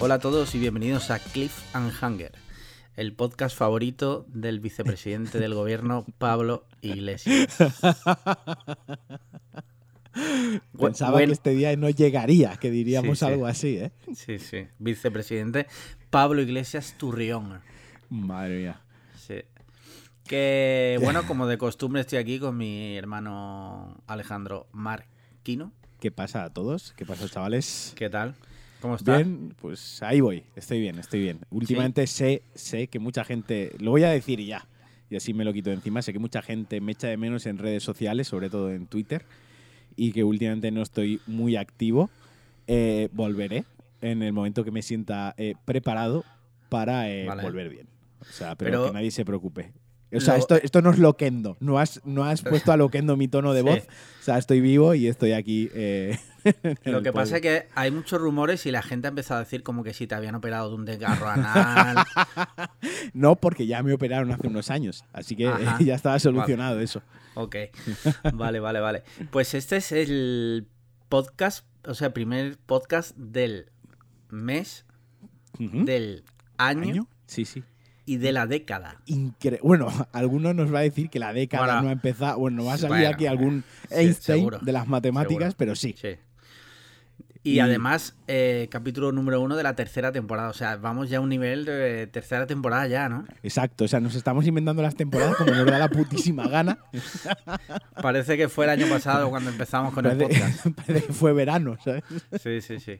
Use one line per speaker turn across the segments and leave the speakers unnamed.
Hola a todos y bienvenidos a Cliff and Hanger, el podcast favorito del vicepresidente del gobierno, Pablo Iglesias. Bu-
Pensaba
buen-
que este día no llegaría, que diríamos
Sí, sí.
algo así, ¿eh?
Sí, sí, vicepresidente Pablo Iglesias Turrión.
Madre mía.
Sí. Que bueno, como de costumbre estoy aquí con mi hermano Alejandro Marquino.
¿Qué pasa a todos? ¿Qué pasa, chavales?
¿Qué tal? ¿Cómo estás?
Bien, pues ahí voy. Estoy bien, estoy bien. Últimamente sé, sé que mucha gente. Lo voy a decir y ya. Y así me lo quito de encima. Sé que mucha gente me echa de menos en redes sociales, sobre todo en Twitter. Y que últimamente no estoy muy activo. Eh, volveré en el momento que me sienta eh, preparado para eh,
Vale.
volver bien. O sea, pero,
Pero-
que nadie se preocupe. O sea,
Lo-
esto, esto no es loquendo. No has, no has puesto a loquendo mi tono de
Sí.
voz. O sea, estoy vivo y estoy aquí. eh, en
Lo
el
que pasa
podcast.
es que hay muchos rumores y la gente ha empezado a decir como que si te habían operado de un desgarro anal.
No, porque ya me operaron hace unos años, así que
Ajá.
eh, ya estaba solucionado eso.
Ok, vale, vale, vale. Pues este es el podcast, o sea, primer podcast del mes,
Ujú.
del año,
¿Mm? ¿Año? Sí, sí.
y de la década.
Incre- bueno, alguno nos va a decir que la década
Bueno.
no ha empezado. Bueno, va a
Sí,
salir
bueno, eh,
aquí algún
sí,
Einstein
seguro,
de las matemáticas,
seguro.
pero sí.
Sí. Y,
Y-
además, eh, capítulo número uno de la tercera temporada. O sea, vamos ya a un nivel de tercera temporada ya, ¿no?
Exacto, o sea, nos estamos inventando las temporadas como nos da la putísima gana.
Parece que fue el año pasado cuando empezamos con el podcast.
Parece, parece que fue verano, ¿sabes?
Sí, sí, sí.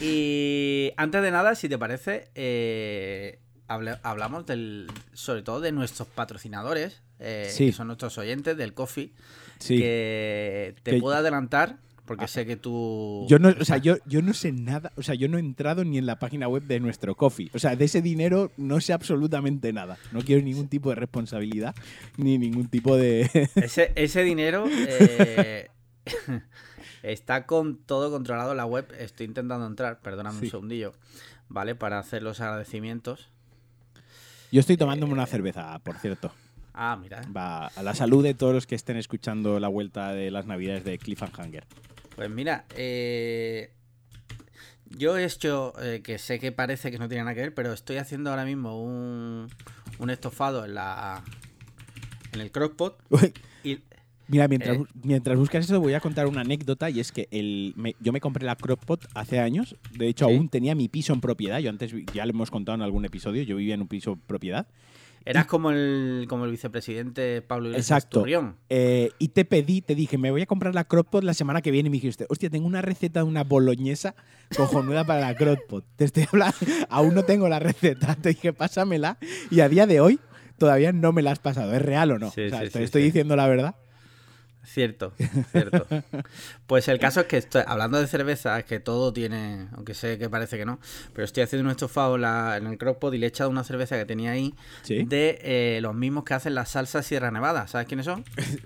Y antes de nada, si te parece, eh, habla- hablamos del, sobre todo de nuestros patrocinadores, eh,
Sí.
que son nuestros oyentes del Coffee,
Sí.
que te
Que- Ah.
puedo adelantar, porque sé que tú...
Yo no, o sea, yo, yo no sé nada, o sea, yo no he entrado ni en la página web de nuestro coffee. O sea, de ese dinero no sé absolutamente nada. No quiero ningún tipo de responsabilidad ni ningún tipo de.
Ese, ese dinero eh, está con todo controlado en la web. Estoy intentando entrar, perdóname un
Sí.
segundillo, ¿vale? Para hacer los agradecimientos.
Yo estoy tomándome una cerveza, por cierto.
Ah, mira,
Va a la salud de todos los que estén escuchando la vuelta de las navidades de Cliffhanger.
Pues mira, eh, yo he hecho, eh, que sé que parece que no tiene nada que ver, pero estoy haciendo ahora mismo un, un estofado en la en el crockpot y
Mira, mientras,
Eh.
bu- mientras buscas eso, voy a contar una anécdota y es que el, me- yo me compré la Crockpot hace años. De hecho,
Sí.
aún tenía mi piso en propiedad. Yo antes vi- ya lo hemos contado en algún episodio. Yo vivía en un piso en propiedad.
eras como el como el vicepresidente Pablo Iglesias
Exacto.
Turrión.
Eh, y te pedí, te dije, me voy a comprar la crockpot la semana que viene. Y me dijiste, hostia, tengo una receta de una boloñesa cojonuda para la crockpot. Te estoy hablando, aún no tengo la receta. Te dije, pásamela. Y a día de hoy todavía no me la has pasado. ¿Es real o no?
Sí,
O sea,
sí,
estoy,
sí,
estoy
sí.
diciendo la verdad.
Cierto, cierto. Pues el caso es que estoy hablando de cerveza, es que todo tiene, aunque sé que parece que no, pero estoy haciendo un estofado en la- en el crockpot y le he echado una cerveza que tenía ahí
Sí,
de eh, los mismos que hacen la salsa Sierra Nevada. ¿Sabes quiénes son?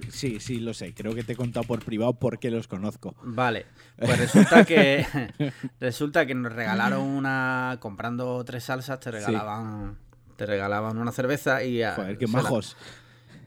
sí, sí, lo sé. Creo que te he contado por privado porque los conozco.
Vale, pues resulta que resulta que nos regalaron una comprando tres salsas te regalaban te regalaban una cerveza y ah,
Joder, qué
se la-
majos.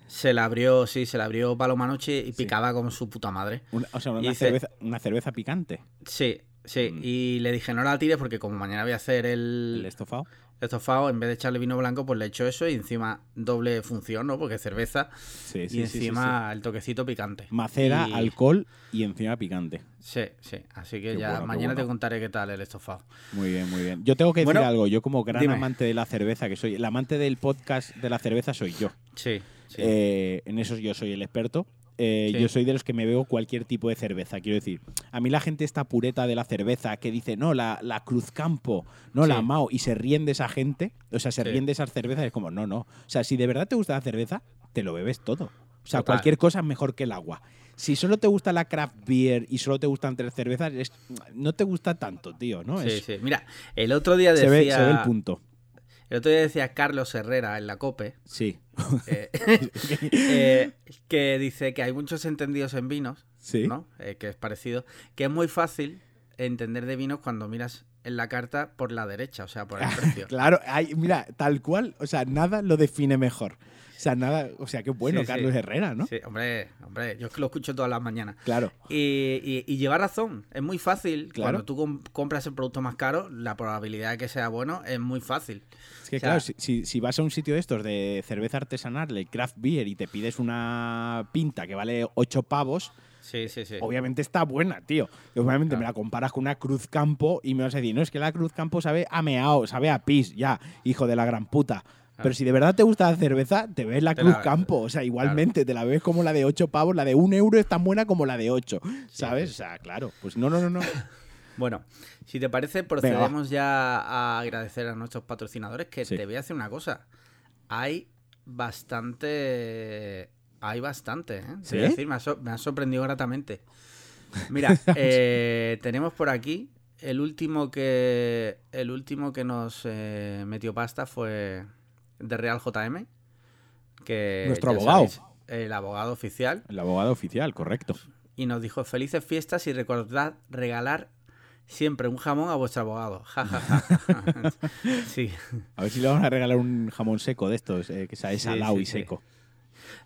se la abrió, sí, se la abrió Paloma Noche y picaba como su puta madre.
Una- o sea,
Y
una,
dice-
cerveza, una cerveza picante.
Sí, sí,
Mm.
y le dije no la tires porque como mañana voy a hacer
El
el
estofado.
estofado en vez de echarle vino blanco pues le echo eso y encima doble función, ¿no? Porque cerveza
Sí, sí,
y
sí, sí,
encima el toquecito picante.
sí. Macera,
Y-
alcohol y encima picante.
Sí, sí, así que
Qué
ya
bueno, qué
mañana te
bueno.
contaré qué tal el estofado.
Muy bien, muy bien. Yo tengo que decir
Bueno,
algo. Yo como gran
dime.
amante de la cerveza que soy, el amante del podcast de la cerveza soy yo.
Sí, sí.
Eh, en eso yo soy el experto. Eh,
Sí.
Yo soy de los que me veo cualquier tipo de cerveza. Quiero decir, a mí la gente está pureta de la cerveza que dice, no, la, la Cruzcampo, no, la
Sí.
Mao, y se ríen de esa gente. O sea, se
Sí.
ríen de esas cervezas. Es como, no, no. O sea, si de verdad te gusta la cerveza, te lo bebes todo. O sea,
Total.
cualquier cosa es mejor que el agua. Si solo te gusta la craft beer y solo te gustan tres cervezas, es- no te gusta tanto, tío, ¿no?
Sí,
Es-
sí. Mira, el otro día
se,
decía.
ve, se ve el punto.
el otro día decía Carlos Herrera en la COPE.
Sí,
eh, eh, que dice que hay muchos entendidos en vinos,
sí.
¿no? Eh, que es parecido. Que es muy fácil entender de vinos cuando miras en la carta por la derecha, o sea, por el precio.
Claro, hay- mira, tal cual, o sea, nada lo define mejor. sea, nada, o sea, qué bueno
Sí, sí.
Carlos Herrera, ¿no?
Sí, hombre, hombre, yo es que lo escucho todas las mañanas.
Claro.
Y, y- y lleva razón, es muy fácil.
Claro.
Cuando tú com- compras el producto más caro, la probabilidad de que sea bueno es muy fácil.
Es que
O sea-
claro, si, si- si vas a un sitio de estos de cerveza artesanal, de craft beer, y te pides una pinta que vale 8 pavos,
Sí, sí, sí.
obviamente está buena, tío. Y obviamente me
Claro.
la comparas con una Cruz Campo y me vas a decir, no, es que la Cruz Campo sabe a meao, sabe a pis, ya, hijo de la gran puta. Pero si de verdad te gusta la cerveza, te ves la
Te
Cruz
la-
Campo. O sea, igualmente te la ves como la de 8 pavos, la de 1 euro es tan buena como la de 8. ¿Sabes? O sea, claro. Pues no, no, no, no.
Bueno, si te parece, procedemos ya a agradecer a nuestros patrocinadores, que
Sí.
te voy a hacer una cosa. Hay bastante... Hay bastante, ¿eh? Te
¿Sí?
voy a decir, me ha, sor- me ha sorprendido gratamente. Mira, eh, tenemos por aquí el último que el último que nos eh, metió pasta fue de Real JM, que
Nuestro
ya
abogado.
sabéis, el abogado oficial
El abogado oficial, correcto.
y nos dijo felices fiestas y recordad regalar siempre un jamón a vuestro abogado. Ja, ja, ja. sí.
A ver si le vamos a regalar un jamón seco de estos, eh, que sea
Sí,
salado
sí,
y
sí.
seco.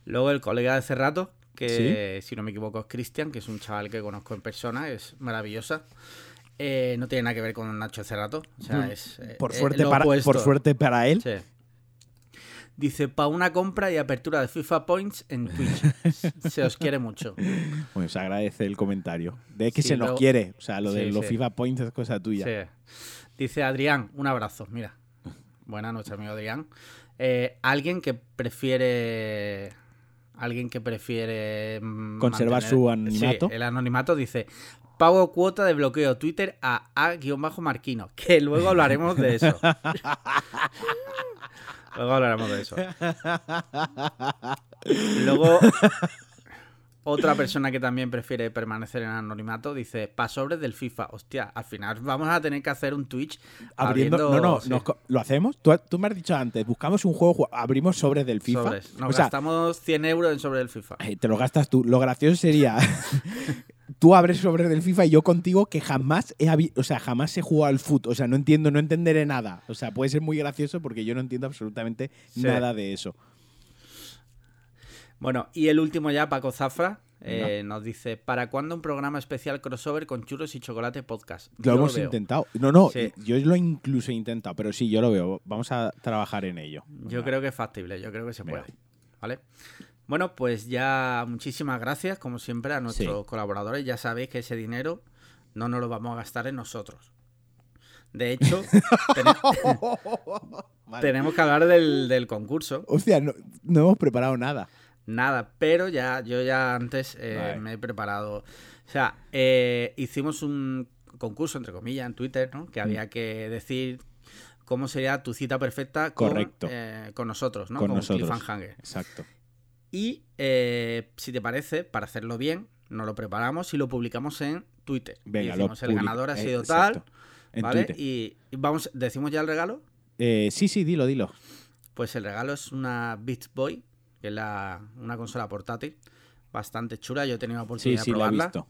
Luego el colega de hace rato, que si no me equivoco es Cristian, que es un chaval que conozco en persona, es maravillosa. Eh, no tiene nada que ver con Nacho Cerrato. O sea,
Mm,
es, eh,
Por,
eh,
suerte
lo
para, por
opuesto.
suerte para él.
Sí. Dice, para una compra y apertura de FIFA Points en Twitch. Se os quiere mucho.
Pues se agradece el comentario. De que
Sí,
se nos
luego-
quiere. O sea, lo de
Sí,
los
sí.
FIFA Points es cosa tuya.
Sí. Dice Adrián, un abrazo, mira. Buena nuestro amigo Adrián. Eh, alguien que prefiere. Alguien que prefiere. mm,
Conservar
mantener-
su
Sí,
anonimato.
el anonimato dice. Pago cuota de bloqueo Twitter a A-Marquino, que luego hablaremos de eso. luego hablaremos de eso. Luego, otra persona que también prefiere permanecer en anonimato dice, pasores del FIFA. Hostia, al final vamos a tener que hacer un Twitch
Abriendo,
abriendo...
no, no,
sí,
nos co- lo hacemos. Tú, tú me has dicho antes, buscamos un juego, ju- abrimos sobres del FIFA.
sobres. Nos
o sea,
gastamos 100 euros en sobre el FIFA.
eh, te lo gastas tú. Lo gracioso sería, tú abres sobres del FIFA y yo contigo que jamás he, habi- o sea, jamás he jugado al fútbol. O sea, no entiendo, no entenderé nada. O sea, puede ser muy gracioso porque yo no entiendo absolutamente
Sí.
nada de eso.
Bueno, y el último ya, Paco Zafra, eh, nos dice, ¿para cuándo un programa especial crossover con churros y chocolate podcast? Yo
Lo hemos
veo.
intentado. No, no,
Sí.
yo lo incluso he intentado, pero sí, yo lo veo. Vamos a trabajar en ello.
Yo creo que es factible, yo creo que se
Pues Venga.
puede. ¿Vale? Bueno, pues ya muchísimas gracias, como siempre, a nuestros
Sí.
colaboradores. Ya sabéis que ese dinero no nos lo vamos a gastar en nosotros. De hecho, tene-
Vale.
tenemos que hablar del, del concurso.
Hostia, no, no hemos preparado nada.
Nada, pero ya, yo ya antes eh,
Vale.
me he preparado. O sea, eh, hicimos un concurso, entre comillas, en Twitter, ¿no? Que
Mm.
había que decir cómo sería tu cita perfecta con,
Correcto.
eh, con nosotros, ¿no?
Con
Con
nosotros.
Cliffhanger.
Exacto.
Y eh, si te parece, para hacerlo bien, nos lo preparamos y lo publicamos en Twitter. Y
Venga,
decimos,
lo
el
publica-
ganador ha
eh,
sido
exacto.
tal,
En
¿vale?
Twitter.
Y, y vamos, decimos ya el regalo.
Eh, sí, sí, dilo, dilo.
Pues el regalo es una Beat Boy, que es la- una consola portátil bastante chula. Yo he tenido la
Sí,
oportunidad
sí,
de
lo he
probarla.
visto.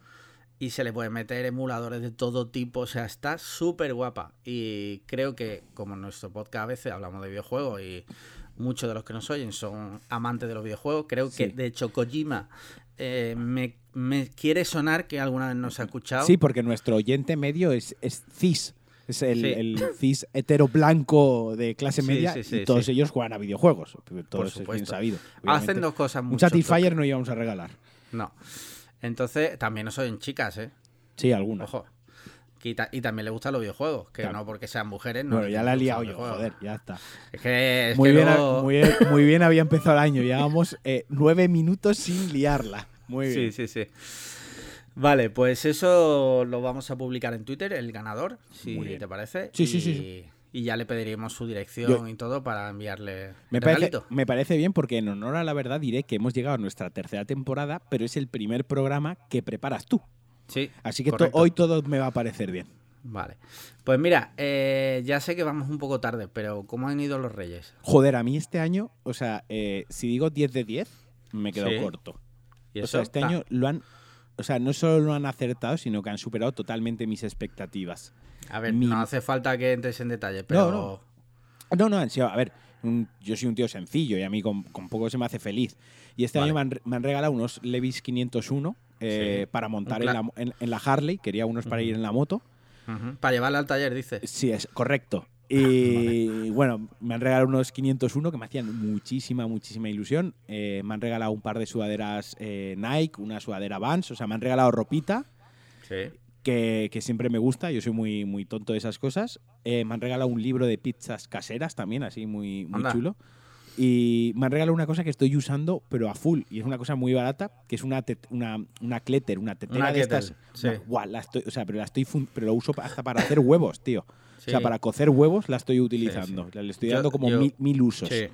Y se le puede meter emuladores de todo tipo. O sea, está súper guapa. Y creo que, como en nuestro podcast a veces hablamos de videojuegos y muchos de los que nos oyen son amantes de los videojuegos, creo
Sí.
que, de hecho, Kojima eh, me, me quiere sonar que alguna vez nos ha escuchado.
Sí, porque nuestro oyente medio es, es cis. Es el,
Sí.
el cis hetero blanco de clase
Sí,
media
sí, sí,
y todos
sí.
ellos juegan a videojuegos. Todo eso es bien
supuesto.
sabido.
Hacen
obviamente.
dos cosas muy
Un Satisfyer no íbamos a regalar.
No. Entonces, también nos oyen chicas, ¿eh?
Sí, alguna.
Ojo. Y, ta- y también le gustan los videojuegos, que
Claro.
no porque sean mujeres. No
Bueno,
les
ya la he
gustan
liado
los
yo,
videojuegos.
joder, ya está.
Es que. es
Muy
que
bien,
luego-
ha- muy, bien, muy bien había empezado el año. Llevamos eh, nueve minutos sin liarla. Muy bien.
Sí, sí, sí. Vale, pues eso lo vamos a publicar en Twitter, el ganador, si
Muy bien.
te parece.
Sí, sí,
y,
sí,
Y ya le pediremos su dirección
Yo-
y todo para enviarle
Me
el
parece,
regalito.
me parece bien porque en honor a la verdad diré que hemos llegado a nuestra tercera temporada, pero es el primer programa que preparas tú.
Sí,
Así que to-
correcto.
hoy todo me va a parecer bien.
Vale. Pues mira, eh, ya sé que vamos un poco tarde, pero ¿cómo han ido los reyes?
Joder, a mí este año, o sea, eh, si digo 10 de 10, me quedo
Sí.
corto.
¿Y
O sea, este
Ah,
año lo han... O sea, no solo lo han acertado, sino que han superado totalmente mis expectativas.
A ver,
mi-
no hace falta que entres en detalle, pero...
no. No, no, han sido, a ver, un- yo soy un tío sencillo y a mí con, con poco se me hace feliz. Y este
Vale.
año me han, re- me han regalado unos Levis 501 eh,
Sí.
para
Un
montar en
cla-
la, mo- en- en la Harley. Quería unos para ir en la moto.
Ujú. Para llevarla al taller, dice.
Sí, es correcto. Y bueno, me han regalado unos 501 que me hacían muchísima, muchísima ilusión. Eh, me han regalado un par de sudaderas eh, Nike, una sudadera Vans, o sea, me han regalado ropita
Sí.
que, que siempre me gusta, yo soy muy, muy tonto de esas cosas. Eh, me han regalado un libro de pizzas caseras también, así muy, muy
Anda.
chulo. Y me han regalado una cosa que estoy usando, pero a full, y es una cosa muy barata, que es una, tet- una, una cletter, una tetera
Una
de
cletter,
estas.
sí.
una- guau, la estoy, o sea, pero la estoy fun- pero lo uso pa- hasta para hacer huevos, tío. O sea,
Sí.
para cocer huevos la estoy utilizando. Le estoy
Yo-
dando como
yo-
mil, mil usos.
Sí.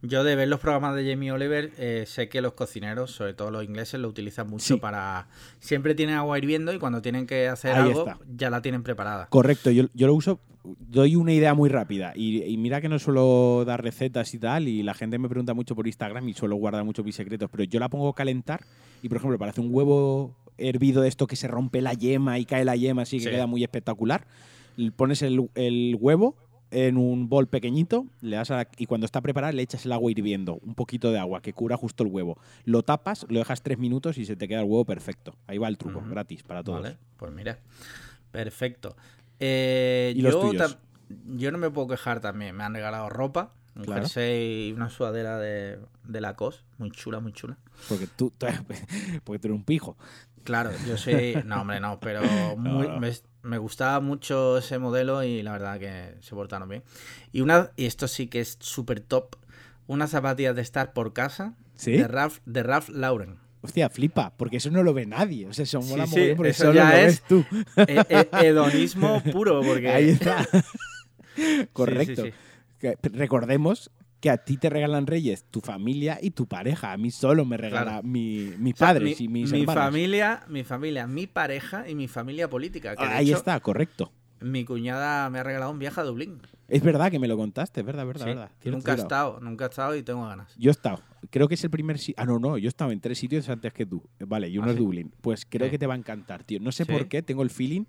Yo de ver los programas de Jamie Oliver eh, sé que los cocineros, sobre todo los ingleses, lo utilizan mucho
Sí.
para... Siempre tienen agua hirviendo y cuando tienen que hacer
Ahí
algo
está.
ya la tienen preparada.
Correcto, yo, yo lo uso, doy una idea muy rápida y, y mira que no suelo dar recetas y tal y la gente me pregunta mucho por Instagram y suelo guardar mucho mis secretos, pero yo la pongo a calentar y por ejemplo para hacer un huevo hervido de esto que se rompe la yema y cae la yema así que
Sí.
queda muy espectacular, l- pones el, el huevo en un bol pequeñito le das a la- y cuando está preparada le echas el agua hirviendo, un poquito de agua que cubra justo el huevo, lo tapas, lo dejas tres minutos y se te queda el huevo perfecto. Ahí va el truco,
Ujú.
gratis para todos.
Vale, pues mira. Perfecto. Eh,
¿Y los
yo,
tuyos?
tam- yo no me puedo quejar también. Me han regalado ropa, un
Claro.
jersey y una sudadera de, de Lacoste. Muy chula, muy chula.
Porque tú, tú- porque tú eres un pijo.
Claro, yo soy. No, hombre, no, pero muy-
no.
Me, me gustaba mucho ese modelo y la verdad que se portaron bien. Y una, y esto sí que es súper top. Unas zapatillas de estar por casa
¿Sí?
de Ralph, de Ralph Lauren.
Hostia, flipa, porque eso no lo ve nadie. O sea, eso
Sí,
mola
sí,
mogollón porque
eso
solo
ya
lo
es
ves tú.
Eh, eh, hedonismo puro, porque.
Ahí
Sí,
está.
sí,
Correcto.
sí.
Que- Recordemos que a ti te regalan reyes tu familia y tu pareja. A mí solo me regala
Claro.
mi- mis
O sea,
padres
mi,
y mis
mi
hermanos.
familia, mi familia, mi pareja y mi familia política. que de
Ahí
hecho,
está, correcto.
Mi cuñada me ha regalado un viaje a Dublín.
Es verdad que me lo contaste, es verdad, verdad,
Sí,
verdad. Cierto,
nunca he
cierto.
estado, nunca he estado y tengo ganas.
Yo he estado. Creo que es el primer sitio. Ah, no, no. Yo he estado en tres sitios antes que tú. Vale, y uno
¿Ah,
es
sí?
Dublín. Pues creo
Sí.
que te va a encantar, tío. No sé
¿Sí?
por qué, tengo el feeling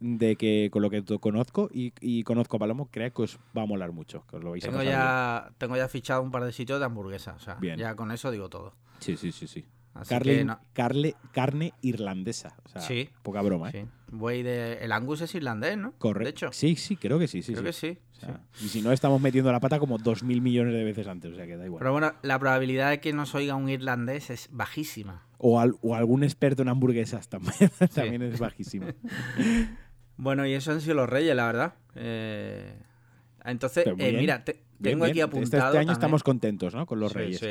de que con lo que tú conozco y, y conozco a Palomo, creo que os va a molar mucho. Que os lo vais a
Tengo
pasar
ya, tengo ya fichado un par de sitios de hamburguesa. O sea,
Bien.
ya con eso digo todo.
bien. Sí, sí, sí, sí.
Así
Carle,
que no-
carle- carne irlandesa. O sea,
Sí.
poca broma, ¿eh?
sí. Voy de. El Angus es irlandés, ¿no?
Correcto.
De hecho,
Sí, sí, creo que sí, sí.
creo
sí.
que sí.
O
sí.
sea, Y si no, estamos metiendo la pata como dos mil millones de veces antes. O sea, que da igual.
Pero bueno, la probabilidad de que nos oiga un irlandés es bajísima.
O, al- o algún experto en hamburguesas también, también es bajísimo.
Bueno, y eso han sido los reyes, la verdad. Eh, Entonces,
Pero muy
eh,
bien.
mira, te-
Bien,
tengo aquí
bien. Este-
apuntado.
Este, año
también-
estamos contentos, ¿no? Con los
Sí,
Reyes.
sí.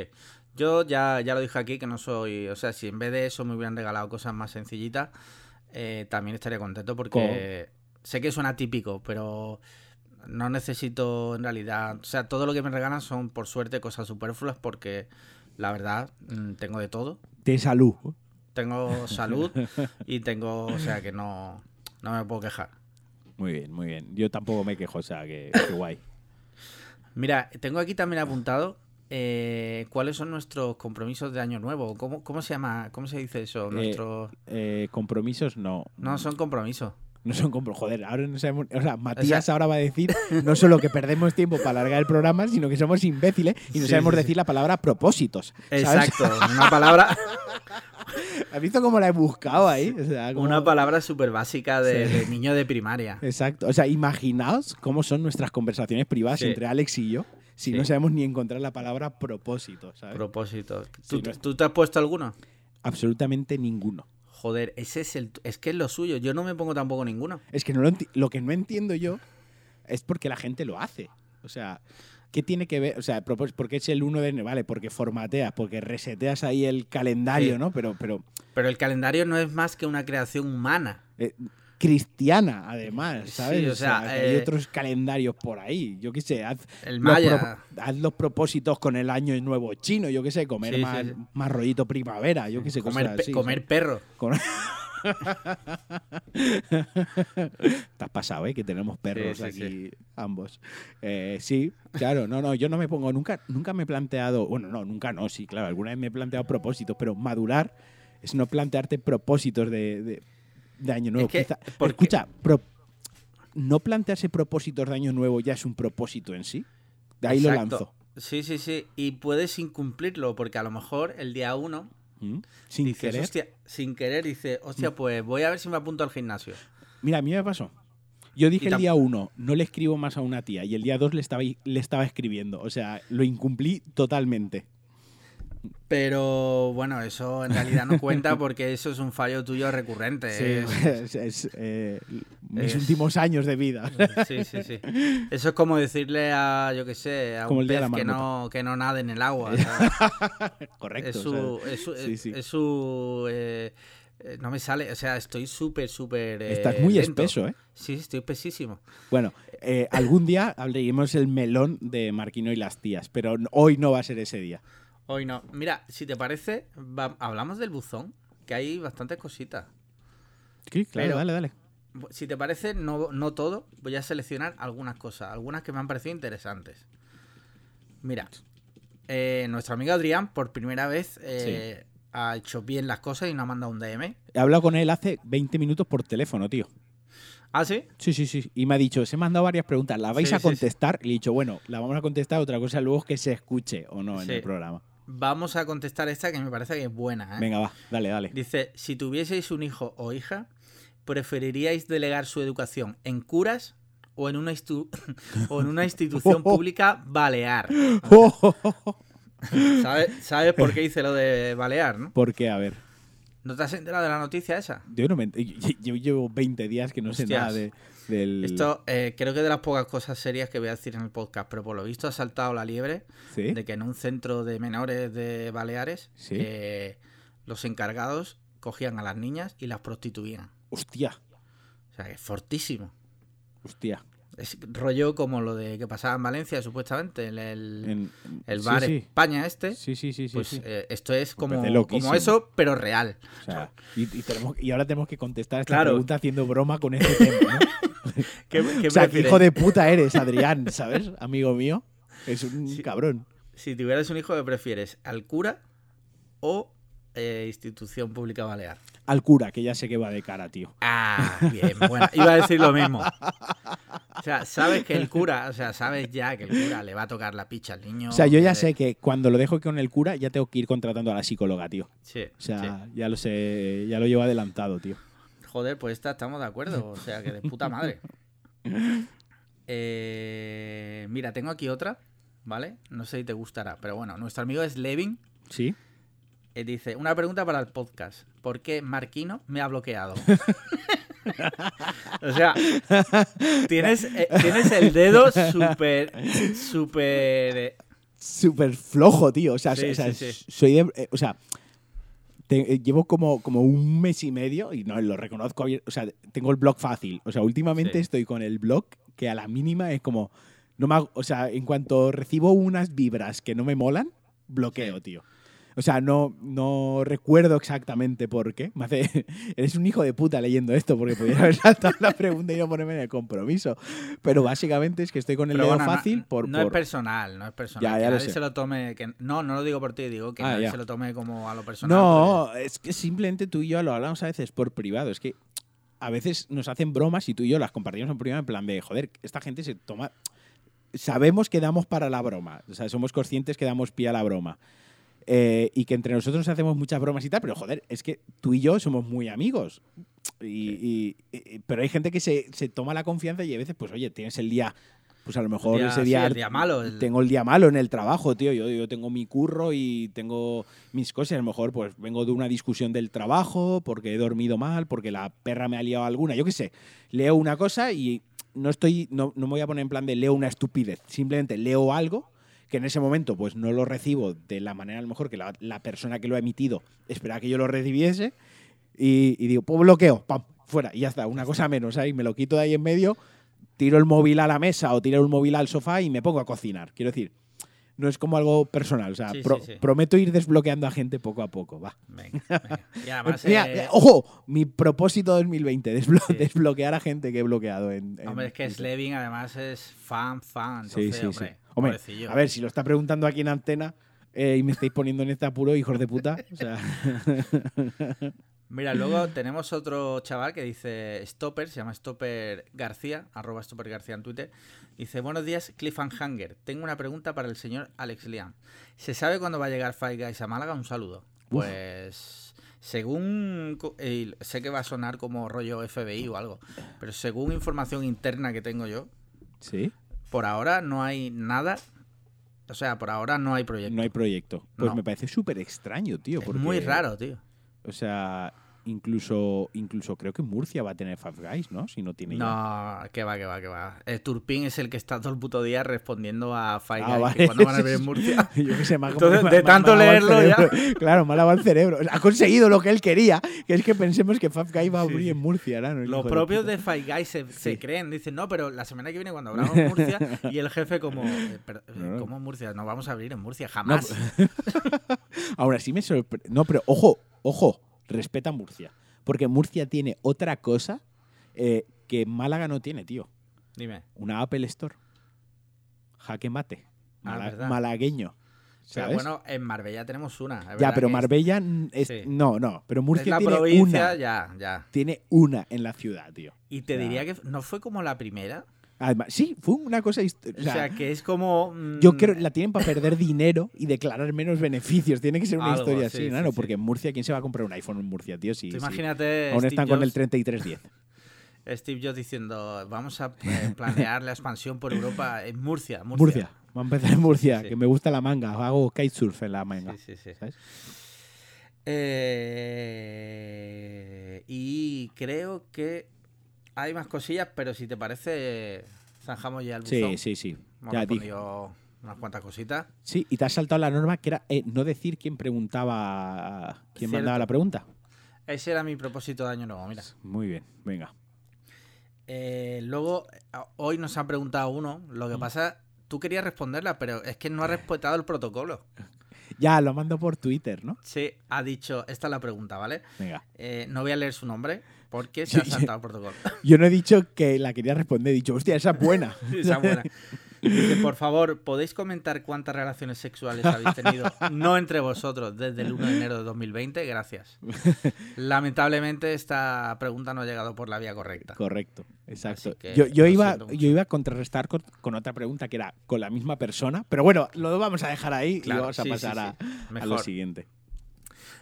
Yo ya, ya lo dije aquí que no soy. O sea, si en vez de eso me hubieran regalado cosas más sencillitas, eh, también estaría contento porque sé que suena típico, pero no necesito en realidad. O sea, todo lo que me regalan son por suerte cosas superfluas porque la verdad mm, tengo de todo.
De salud.
Tengo salud y tengo. O sea, que no, no me puedo quejar.
Muy bien, muy bien. Yo tampoco me quejo, o sea, que, que guay.
Mira, tengo aquí también apuntado. eh, ¿Cuáles son nuestros compromisos de año nuevo? ¿Cómo, cómo se llama? ¿Cómo se dice eso?
Eh,
Nuestros-
Eh, compromisos no.
No, son compromisos.
No son compromisos. Joder, ahora no sabemos. O sea, Matías ahora va a decir no solo que perdemos tiempo para alargar el programa, sino que somos imbéciles y no
Sí,
sabemos
sí, sí.
decir la palabra propósitos. ¿sabes?
Exacto. Una palabra,
¿Has visto cómo la he buscado ahí? O sea, como-
una palabra súper básica de, de niño de primaria.
Exacto. O sea, imaginaos cómo son nuestras conversaciones privadas
Sí.
entre Alex y yo si
Sí.
no sabemos ni encontrar la palabra propósito, ¿sabes?
Propósito. ¿Tú,
Sí, no es-
tú te has puesto alguno?
Absolutamente ninguno.
Joder, ese es el, es que es lo suyo. Yo no me pongo tampoco ninguno.
Es que no lo, enti- lo que no entiendo yo es porque la gente lo hace. O sea, ¿qué tiene que ver? O sea, propós- porque es el 1 de enero, vale, porque formateas, porque reseteas ahí el calendario,
Sí.
¿no? Pero, pero
Pero el calendario no es más que una creación humana.
eh, cristiana, además,
Sí,
¿sabes?
o sea,
que hay
eh,
otros calendarios por ahí. Yo qué sé, haz,
El
los
maya.
pro- haz los propósitos con el año nuevo chino, yo qué sé, comer
Sí, sí,
más,
sí.
más rollito primavera, yo qué sé,
comer,
cosas
pe-
así,
comer perro.
Con- Te has pasado, ¿eh? Que tenemos perros
sí,
aquí ambos. Eh, sí, claro, no, no, yo no me pongo nunca, nunca me he planteado, bueno, no, nunca no, sí, claro, alguna vez me he planteado propósitos, pero madurar es no plantearte propósitos de, de- de año nuevo.
que,
Quizá-
porque-
Escucha, pro- no plantearse propósitos de año nuevo ya es un propósito en sí. De ahí lo
Exacto.
lanzo.
Sí, sí, sí. Y puedes incumplirlo, porque a lo mejor el día uno
¿Mm? Sin
dices,
querer. Mm.
hostia, sin querer, dice, hostia, pues voy a ver si me apunto al gimnasio.
Mira, a mí me pasó. Yo dije
Y
el
tam-
día uno, no le escribo más a una tía. Y el día dos le estaba, le estaba escribiendo. O sea, lo incumplí totalmente.
Pero bueno, eso en realidad no cuenta porque eso es un fallo tuyo recurrente. ¿eh?
Es, es, eh, mis
es-
últimos años de vida.
Sí, sí, sí. Eso es como decirle a, yo qué sé, a
Como
un
el día de
pez
la
que
marmota.
no, que no nade en el agua. ¿sabes?
Correcto.
es
o sea,
su... Es su,
sí, sí.
es su, eh, eh, no me sale, o sea, estoy súper, súper... eh,
Estás muy
lento.
espeso, ¿eh?
Sí, estoy espesísimo.
Bueno, eh, algún día hablaremos el melón de Marquino y las tías, pero n- hoy no va a ser ese día.
Hoy no. Mira, si te parece, va- hablamos del buzón, que hay bastantes cositas.
Sí, claro,
Pero-
dale, dale.
Si te parece, no, no todo, voy a seleccionar algunas cosas, algunas que me han parecido interesantes. Mira, eh, nuestro amigo Adrián por primera vez eh, ha hecho bien las cosas y nos ha mandado un DM.
He hablado con él hace 20 minutos por teléfono, tío.
Ah, sí.
Sí, sí, sí. Y me ha dicho, se me han dado varias preguntas, ¿la vais
Sí,
a
sí, sí.
contestar? Y le he dicho, bueno, la vamos a contestar, otra cosa luego es que se escuche o no en
Sí.
el programa.
Vamos a contestar esta que me parece que es buena. ¿eh?
Venga, va, dale, dale.
Dice, si tuvieseis un hijo o hija, ¿preferiríais delegar su educación en curas o en una, instu- o en una institución pública balear? ¿Sabes, sabes por qué hice lo de balear, no?
Porque, a ver,
¿No te has enterado de la noticia esa?
yo, no me ent- yo- yo llevo 20 días que no sé
Hostias.
nada de, del...
Esto eh, creo que es de las pocas cosas serias que voy a decir en el podcast, pero por lo visto ha saltado la liebre
¿Sí?
de que en un centro de menores de Baleares
Sí.
eh, los encargados cogían a las niñas y las prostituían.
Hostia,
O sea, que es fortísimo.
hostia.
Es rollo como lo de que pasaba en Valencia, supuestamente, en el,
En-
el
sí,
bar
sí.
España este.
Sí, sí, sí, sí.
pues
sí.
eh, esto es
Me
como,
parece
como
loquísimo.
eso, pero real.
O sea, y, y tenemos- y ahora tenemos que contestar esta
Claro.
pregunta haciendo broma con este tema, ¿no?
¿Qué, qué
o sea, qué
prefieres?
hijo de puta eres, Adrián, ¿sabes? Amigo mío. Es un
Sí.
cabrón.
Si tuvieras un hijo, ¿qué prefieres? ¿Al cura o eh, institución pública balear?
Al cura, que ya sé que va de cara, tío.
Ah, bien, bueno, iba a decir lo mismo. O sea, sabes que el cura, o sea, sabes ya que el cura le va a tocar la picha al niño.
O sea, yo ya sé que cuando lo dejo con el cura ya tengo que ir contratando a la psicóloga, tío.
Sí,
O sea, ya lo sé, ya lo llevo adelantado, tío.
sí. Joder, pues esta estamos de acuerdo, o sea, que de puta madre. Eh, mira, tengo aquí otra, ¿vale? No sé si te gustará, pero bueno, nuestro amigo es Levin.
¿Sí?
eh, Dice, una pregunta para el podcast. ¿Por qué Marquino me ha bloqueado? o sea, tienes, eh, tienes el dedo súper, súper... eh,
Súper flojo, tío. O sea,
Sí,
o sea,
sí, sí.
soy de- eh, o sea, te- eh, llevo como, como un mes y medio y no lo reconozco. abier- O sea, tengo el blog fácil. O sea, últimamente
Sí.
estoy con el blog que a la mínima es como. No me hago- o sea, en cuanto recibo unas vibras que no me molan, bloqueo, tío. O sea, no, no recuerdo exactamente por qué. Me hace, eres un hijo de puta leyendo esto porque podría haber saltado la pregunta y no ponerme en el compromiso. Pero básicamente es que estoy con el
Pero
dedo
bueno, no-
fácil por...
no es
por-
personal, no es personal.
Ya,
que
ya lo
nadie
sé.
se lo tome. que- no, no lo digo por ti, digo que
Ah,
nadie
ya.
se lo tome como a lo personal. pues,
No, es que simplemente tú y yo lo hablamos a veces por privado. Es que a veces nos hacen bromas y tú y yo las compartimos en privado en plan de, joder, esta gente se toma... Sabemos que damos para la broma, o sea, somos conscientes que damos pie a la broma. Eh, y que entre nosotros nos hacemos muchas bromas y tal, pero joder, es que tú y yo somos muy amigos. Y, y- y- pero hay gente que se, se toma la confianza y a veces, pues oye, tienes el día, pues a lo
pero-
mejor
el día-
ese
sí,
día,
el día malo. el-
tengo el día malo en el trabajo, tío. Yo, yo tengo mi curro y tengo mis cosas. A lo mejor, pues vengo de una discusión del trabajo, porque he dormido mal, porque la perra me ha liado alguna. Yo qué sé. Leo una cosa y no estoy. No, no me voy a poner en plan de leo una estupidez. Simplemente leo algo que en ese momento pues no lo recibo de la manera a lo mejor que la, la persona que lo ha emitido esperaba que yo lo recibiese y, y digo, pues bloqueo, pam, fuera, y ya está, una cosa menos ahí, me lo quito de ahí en medio, tiro el móvil a la mesa o tiro el móvil al sofá y me pongo a cocinar. Quiero decir, no es como algo personal, o sea,
Sí, sí,
pro-
sí.
prometo ir desbloqueando a gente poco a poco, va.
Venga, venga. Y además,
Mira,
eh,
ojo, mi propósito 2020, desblo-
Sí.
desbloquear a gente que he bloqueado en... en-
hombre, es que
en-
Slevin además es fan, fan.
oh, Sí,
Entonces,
sí, sí.
hombre,
Hombre,
pobrecillo.
a ver, si lo está preguntando aquí en antena eh, y me estáis poniendo en este apuro, hijos de puta. o sea,
Mira, luego tenemos otro chaval que dice Stopper, se llama Stopper García, arroba Stopper García en Twitter. Dice, buenos días, Cliffhanger. Tengo una pregunta para el señor Alex Liam. ¿Se sabe cuándo va a llegar Five Guys a Málaga? Un saludo. Pues según... co- eh, sé que va a sonar como rollo FBI o algo, pero según información interna que tengo yo,
Sí.
por ahora no hay nada. O sea, por ahora no hay proyecto.
No hay proyecto. Pues
No.
me parece súper extraño, tío.
es
porque-
muy raro, tío.
O sea, incluso, incluso creo que Murcia va a tener Five Guys, ¿no? Si no tiene ya.
No, que va, que va, que va. Eh, Turpin es el que está todo el puto día respondiendo a Five
Ah,
Guys, que
vale.
cuándo van a venir en Murcia.
Yo qué sé, me ha-
Entonces,
me ha-
de
me ha
tanto
lavado el
leerlo ya.
cerebro. Claro, me ha lavado el cerebro. Ha conseguido lo que él quería, que es que pensemos que Five Guys va a
Sí,
abrir
sí.
en Murcia. ahora, ¿no? Hijo
Los
de
propios
puta.
de Five Guys se, se
Sí.
creen, dicen, no, pero la semana que viene cuando hablamos en Murcia, y el jefe como, eh, pero, eh,
No, no.
¿cómo en Murcia? No vamos a abrir en Murcia, jamás.
pues, Ahora sí me sorprende. No, pero ojo, ojo, respeta Murcia. Porque Murcia tiene otra cosa eh, que Málaga no tiene, tío.
Dime,
Una Apple Store. Jaque mate.
Ah,
Mala-
verdad.
malagueño.
pero
¿sabes?
bueno, en Marbella tenemos una. es
ya,
verdad
pero
que es-
Marbella mm, es,
sí.
no, no, pero
es
Murcia
la
tiene
provincia,
una,
ya, ya.
tiene una en la ciudad, tío.
Y te
Ya.
diría que no fue como la primera.
Además, sí, fue una cosa. hist-
O
o sea,
sea, que es como... mm,
yo creo la tienen para perder dinero y declarar menos beneficios. Tiene que ser una
Algo,
historia
sí,
así,
sí,
claro,
sí.
porque en Murcia, ¿quién se va a comprar un iPhone en Murcia, tío? Si,
tú
si
imagínate...
aún
Steve
están con el
Jobs-
3310.
Steve Jobs diciendo, vamos a eh, planear la expansión por Europa en Murcia.
Murcia.
Murcia.
va a empezar en Murcia,
Sí.
que me gusta la manga, hago kitesurf en la manga.
Sí, sí, sí.
¿sabes?
Eh, y creo que hay más cosillas, pero si te parece, zanjamos ya el buzón.
Sí, sí, sí.
Hemos
Ya dije.
respondido unas cuantas cositas.
Sí, y te has saltado la norma que era eh, no decir quién preguntaba, quién
Cierto.
mandaba la pregunta.
Ese era mi propósito de año nuevo, mira.
Muy bien, venga.
Eh, luego, a- hoy nos ha preguntado uno, lo
Mm.
que pasa, tú querías responderla, pero es que no
Eh.
ha respetado el protocolo.
Ya, lo mando por Twitter, ¿no?
Sí, ha dicho, esta es la pregunta, ¿vale?
Venga.
Eh, no voy a leer su nombre porque se ha
Sí.
saltado el protocolo.
Yo no he dicho que la quería responder, he dicho, hostia, esa es buena.
Esa buena. Dice, por favor, ¿podéis comentar cuántas relaciones sexuales habéis tenido? No entre vosotros, desde el 1 de enero de 2020. Gracias. Lamentablemente, esta pregunta no ha llegado por la vía correcta.
Correcto, exacto.
Así que
Yo, yo
lo
iba,
siento mucho.
yo iba a contrarrestar con, con otra pregunta que era con la misma persona, pero bueno, lo vamos a dejar ahí y
Claro,
vamos a
sí, sí,
pasar a-
sí.
a,
Mejor.
lo siguiente.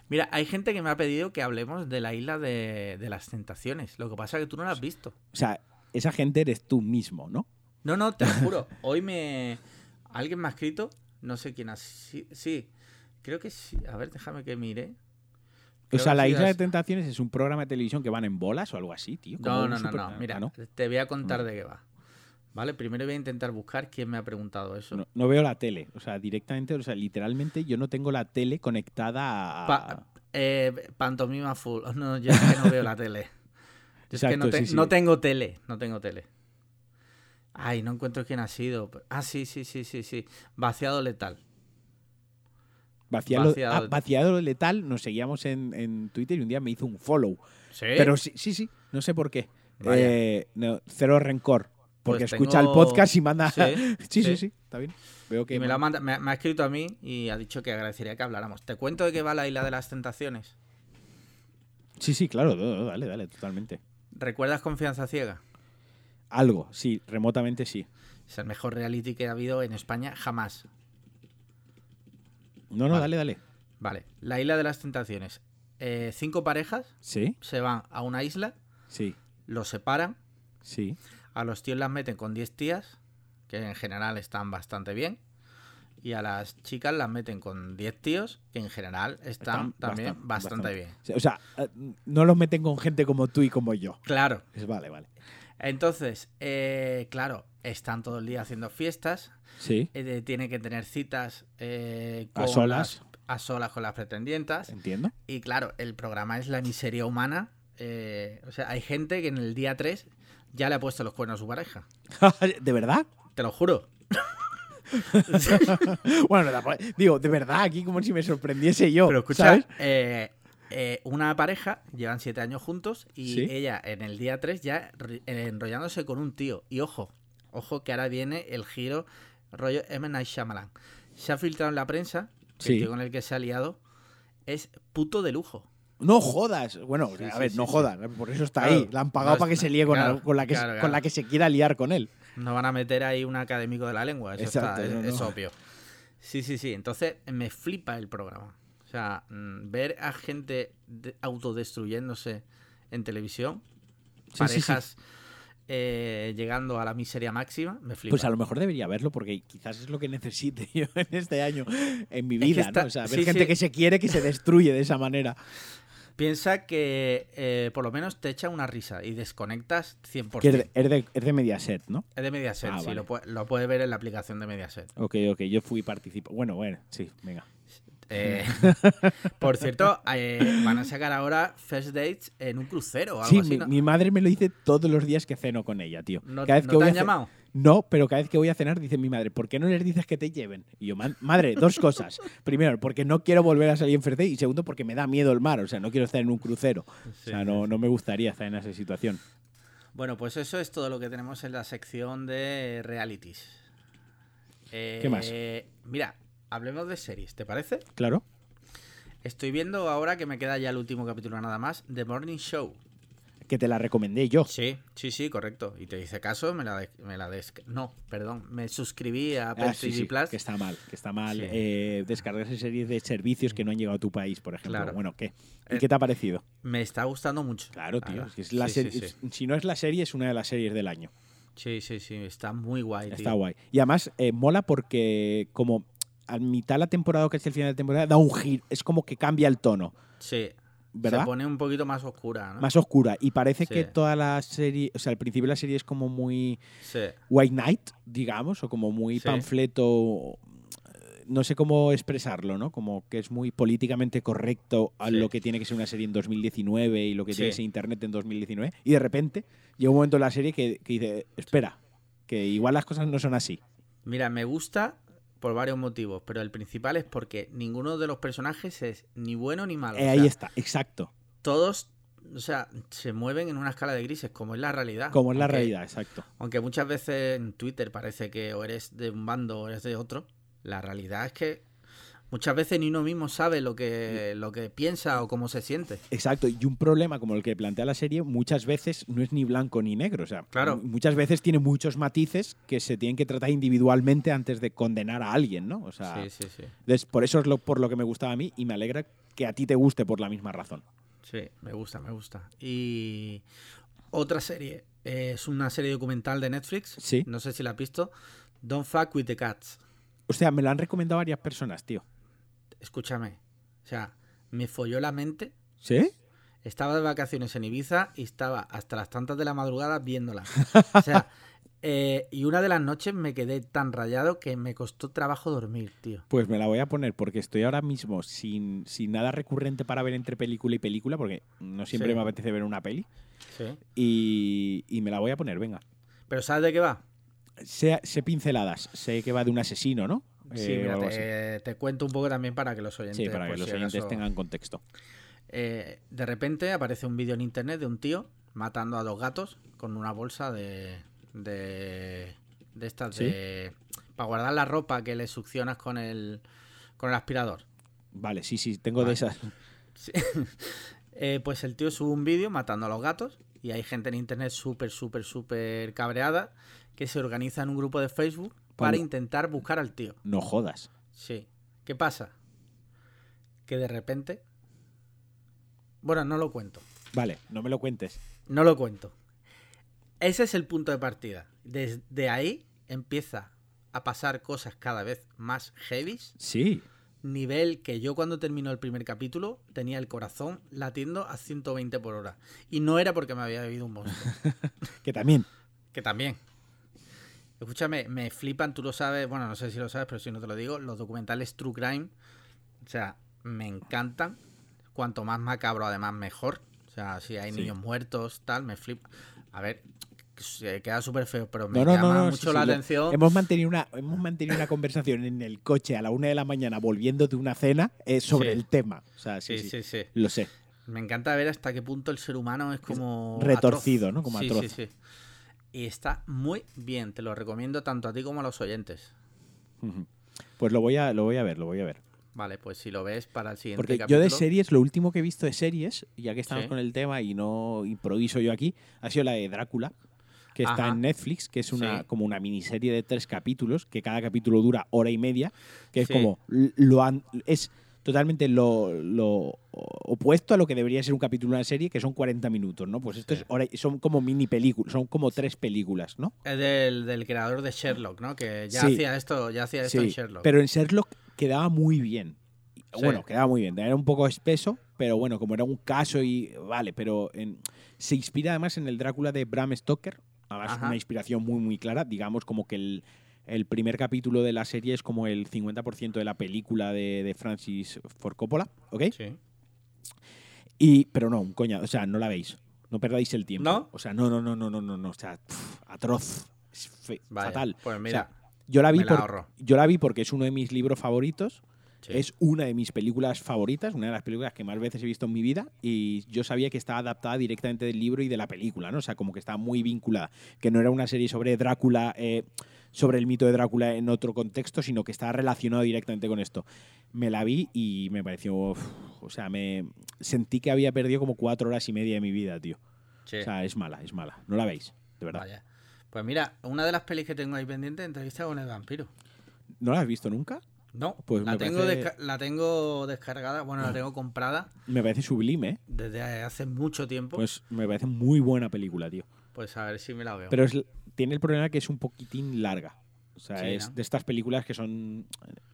Mira, hay gente que me ha pedido que hablemos de la isla de, de las tentaciones. Lo que pasa es que tú no la has visto.
O sea, esa gente eres tú mismo, ¿no?
No, no, te lo juro. Hoy me. Alguien me ha escrito. No sé quién ha Sí, sí, creo que sí. A ver, déjame que mire.
O
Creo
sea,
que
La
sí,
Isla de
las-
Tentaciones es un programa de televisión que van en bolas o algo así, tío. como
No,
un
no, no,
super-
no. Mira,
Ah, no.
te voy a contar de qué va. ¿Vale? Primero voy a intentar buscar quién me ha preguntado eso.
No- no veo la tele. O sea, directamente, o sea, literalmente yo no tengo la tele conectada a.
Pa- eh, pantomima full. No, yo es que no veo la tele. Yo es que no,
Exacto,
te-
sí, sí.
no tengo tele. No tengo tele. Ay, no encuentro quién ha sido. Ah, sí, sí, sí, sí, sí. Vaciado letal.
Vaciado,
Vaciado.
ah, Vaciado letal, nos seguíamos en, en Twitter y un día me hizo un follow.
Sí.
Pero sí, sí, sí, no sé por qué.
Vaya.
Eh, no, cero rencor. Porque
Pues
escucha
tengo-
el podcast y manda.
Sí,
Sí, sí,
sí.
sí, está bien. Veo que.
Y me, lo ha manda- me ha- me ha escrito a mí y ha dicho que agradecería que habláramos. Te cuento de qué va la isla de las tentaciones.
Sí, sí, claro, no, no, dale, dale, totalmente.
¿Recuerdas Confianza Ciega?
Algo, sí, remotamente sí.
Es el mejor reality que ha habido en España jamás.
No, no,
Vale.
dale, dale.
Vale, la isla de las tentaciones. Eh, cinco parejas
Sí,
se van a una isla,
sí,
los separan,
sí.
a los tíos las meten con 10 tías, que en general están bastante bien, y a las chicas las meten con 10 tíos, que en general están
Están
también
bastan-
bastante,
bastante.
bien.
O sea, eh, no los meten con gente como tú y como yo.
Claro,
Es- Vale, vale.
entonces, eh, claro, están todo el día haciendo fiestas,
Sí,
eh, de- tienen que tener citas eh,
A
con
solas.
las- a solas con las pretendientas.
entiendo.
Y claro, el programa es la miseria humana. eh, o sea, hay gente que en el día 3 ya le ha puesto los cuernos a su pareja.
¿De verdad?
Te lo juro.
Bueno, tampoco- digo, de verdad, aquí como si me sorprendiese yo.
Pero escucha,
¿sabes?
eh, eh, una pareja, llevan 7 años juntos y
Sí.
ella en el día 3 ya ri- eh, enrollándose con un tío. Y ojo, ojo que ahora viene el giro rollo M. Night Shyamalan. Se ha filtrado en la prensa que
Sí.
el tío con el que se ha liado es puto de lujo.
No jodas. Bueno,
Sí,
a
sí,
ver,
sí,
no
sí.
jodas, ¿eh? por eso está
Claro.
ahí. La han pagado
No,
para que
es-
se líe con,
claro,
la, con la que
claro,
se, con
claro.
la que se quiera liar con él.
No van a meter ahí un académico de la lengua, eso
Exacto,
está- es,
no, no.
es obvio. Sí, sí, sí. Entonces me flipa el programa. O sea, mm, ver a gente de- autodestruyéndose en televisión,
Sí, sí, sí.
parejas eh, llegando a la miseria máxima, me flipa.
Pues a lo mejor debería verlo, porque quizás es lo que necesite yo en este año, en mi
Es que
vida,
está-
¿no? O sea, ver
sí,
gente
sí.
que se quiere, que se destruye de esa manera.
Piensa que eh, por lo menos te echa una risa y desconectas 100%.
Que es de, es de- es de Mediaset, ¿no?
Es de Mediaset,
Ah,
sí,
vale.
lo, pue- lo puedes ver en la aplicación de Mediaset.
Ok, ok, yo fui participo. Bueno, bueno, sí, venga.
Eh, por cierto, eh, van a sacar ahora First Dates en un crucero o algo
Sí,
así.
mi,
¿no?
mi madre me lo dice todos los días que ceno con ella, tío.
¿No-
Cada vez
no
que
te
voy a
han
ce-
llamado?
No, pero cada vez que voy a cenar dice mi madre, ¿por qué no les dices que te lleven? Y yo, "Man- madre, dos cosas. Primero, porque no quiero volver a salir en Ferde y segundo, porque me da miedo el mar, o sea, no quiero estar en un crucero. o sea, no, no me gustaría estar en esa situación.
Bueno, pues eso es todo lo que tenemos en la sección de realities. Eh,
¿Qué más?
Mira, hablemos de series, ¿te parece?
Claro.
Estoy viendo ahora que me queda ya el último capítulo nada más, The Morning Show.
Que te la recomendé yo.
Sí, sí, sí, correcto. Y te hice caso, me la, des- me la des- No, perdón, me suscribí a Apple
Ah, sí,
TV
sí,
Plus.
que está mal, que está mal
Sí.
eh, descargarse series de servicios que no han llegado a tu país, por ejemplo.
Claro.
Bueno, ¿qué? ¿Y
Eh,
qué te ha parecido?
Me está gustando mucho.
Claro,
la
tío.
verdad.
es que es la
sí, sí,
serie-
sí.
Si no es la serie, es una de las series del año.
Sí, sí, sí, está muy guay, tío.
Está guay. Y además eh, mola porque como a mitad de la temporada o casi al final de la temporada da un giro, es como que cambia el tono,
Sí, se
¿verdad?
pone un poquito más oscura, ¿no?
Más oscura. Y parece
Sí.
que toda la serie, o sea, al principio la serie es como muy
Sí.
White Knight, digamos, o como muy
Sí.
panfleto, eh, no sé cómo expresarlo, ¿no? Como que es muy políticamente correcto a
Sí.
lo que tiene que ser una serie en 2019 y lo que tiene que
Sí.
ser Internet en 2019. Y de repente llega un momento en la serie que, que dice, espera, que igual las cosas no son así.
Mira, me gusta por varios motivos, pero el principal es porque ninguno de los personajes es ni bueno ni malo.
Eh,
o
ahí
sea,
está, exacto.
Todos, o sea, se mueven en una escala de grises, como es la realidad.
Como es la
Aunque-
realidad, exacto.
Aunque muchas veces en Twitter parece que o eres de un bando o eres de otro, la realidad es que muchas veces ni uno mismo sabe lo que, lo que piensa o cómo se siente.
Exacto, y un problema como el que plantea la serie muchas veces no es ni blanco ni negro, o sea,
Claro.
mu- muchas veces tiene muchos matices que se tienen que tratar individualmente antes de condenar a alguien, ¿no? O sea,
Sí, sí, sí.
entonces, por eso es lo, por lo que me gustaba a mí y me alegra que a ti te guste por la misma razón.
Sí, me gusta, me gusta. Y otra serie, eh, es una serie documental de Netflix.
Sí.
No sé si la has visto. Don't fuck with the cats.
O sea, me lo han recomendado varias personas, tío.
Escúchame. O sea, me folló la mente.
¿Sí?
Estaba de vacaciones en Ibiza y estaba hasta las tantas de la madrugada viéndola. O sea, eh, y una de las noches me quedé tan rayado que me costó trabajo dormir, tío.
Pues me la voy a poner porque estoy ahora mismo sin, sin nada recurrente para ver entre película y película, porque no siempre
Sí.
me apetece ver una peli.
Sí.
Y, y me la voy a poner, venga.
Pero ¿sabes de qué va?
sé, sé pinceladas, sé que va de un asesino, ¿no?
Sí,
Eh, o
mira,
algo así.
te, te cuento un poco también para que los oyentes,
Sí, para
por
que los
si
oyentes
acaso-
tengan contexto.
Eh, de repente aparece un vídeo en internet de un tío matando a dos gatos con una bolsa de. de. de estas
Sí.
de. para guardar la ropa que le succionas con el. con el aspirador.
Vale, sí, sí, tengo
Vale.
de esas.
Sí. Eh, pues el tío sube un vídeo matando a los gatos y hay gente en internet súper, súper, súper cabreada que se organiza en un grupo de Facebook para
Pablo.
intentar buscar al tío.
No jodas.
Sí. ¿Qué pasa? Que de repente. Bueno, no lo cuento.
Vale, no me lo cuentes.
No lo cuento. Ese es el punto de partida. Desde ahí empieza a pasar cosas cada vez más heavies.
Sí.
Nivel que yo cuando terminó el primer capítulo tenía el corazón latiendo a 120 por hora. Y no era porque me había bebido un monstruo.
Que también.
que también. Escúchame, me flipan, tú lo sabes, bueno, no sé si lo sabes, pero si no te lo digo, los documentales True Crime, o sea, me encantan. Cuanto más macabro, además, mejor. O sea, si hay
Sí.
niños muertos, tal, me flipa. A ver, se queda súper feo, pero me
No, no, no,
llama
no,
mucho
sí, sí,
la
lo-
atención.
Hemos mantenido, una, hemos mantenido una conversación en el coche a la una de la mañana volviendo de una cena eh, sobre
Sí.
el tema. O sea, sí,
Sí,
sí,
sí, sí.
Lo sé.
Me encanta ver hasta qué punto el ser humano es como.
retorcido,
atroz.
¿no? Como
Sí,
atroz.
sí, sí. Y está muy bien, te lo recomiendo tanto a ti como a los oyentes.
Ujú. Pues lo voy a, lo voy a ver, lo voy a ver.
Vale, pues si lo ves para el siguiente
Porque
capítulo.
yo de series, lo último que he visto de series, ya que estamos
Sí.
con el tema y no improviso yo aquí, ha sido la de Drácula, que está
Ajá.
en Netflix, que es una
Sí.
como una miniserie de tres capítulos, que cada capítulo dura hora y media, que es
Sí.
como l- lo an- es totalmente lo, lo opuesto a lo que debería ser un capítulo de una serie, que son 40 minutos, ¿no? Pues esto
Sí.
es hora y- son como mini películas, son como tres películas, ¿no?
Es del, del creador de Sherlock, ¿no? Que ya
Sí.
hacía esto, ya hacía esto en
Sí,
Sherlock.
Pero en Sherlock quedaba muy bien. Y,
Sí.
Bueno, quedaba muy bien. Era un poco espeso, pero bueno, como era un caso y vale, pero en- se inspira además en el Drácula de Bram Stoker. Además,
Ajá.
una inspiración muy, muy clara. Digamos como que el, el primer capítulo de la serie es como el 50% de la película de, de Francis Ford Coppola, ¿ok?
Sí.
Y, pero no, un coño, o sea, no la veis. No perdáis el tiempo.
¿No?
O sea, no, no, no, no, no, no, no. O sea, pf, atroz. Es fe-
Vaya,
fatal.
Pues
O
mira,
sea, yo la vi
me la
por-
ahorro.
yo la vi porque es uno de mis libros favoritos.
Sí.
Es una de mis películas favoritas, una de las películas que más veces he visto en mi vida y yo sabía que estaba adaptada directamente del libro y de la película, ¿no? O sea, como que estaba muy vinculada, que no era una serie sobre Drácula, eh, sobre el mito de Drácula en otro contexto, sino que estaba relacionado directamente con esto. Me la vi y me pareció, uf, o sea, me sentí que había perdido como cuatro horas y media de mi vida, tío.
Sí.
O sea, es mala, es mala. No la veis, de verdad.
Vaya. Pues mira, una de las pelis que tengo ahí pendiente, entrevista con el vampiro.
¿No la has visto nunca?
No,
Pues
la,
me
tengo
parece- Ah.
desca- la tengo descargada, bueno, la tengo comprada
Me parece sublime, ¿eh?
desde hace mucho tiempo. Pues,
Pues me parece muy buena película, tío.
a ver si me la veo.
Pero es- tiene el problema que es un poquitín larga. O sea,
Sí,
es
¿no?
de estas películas que son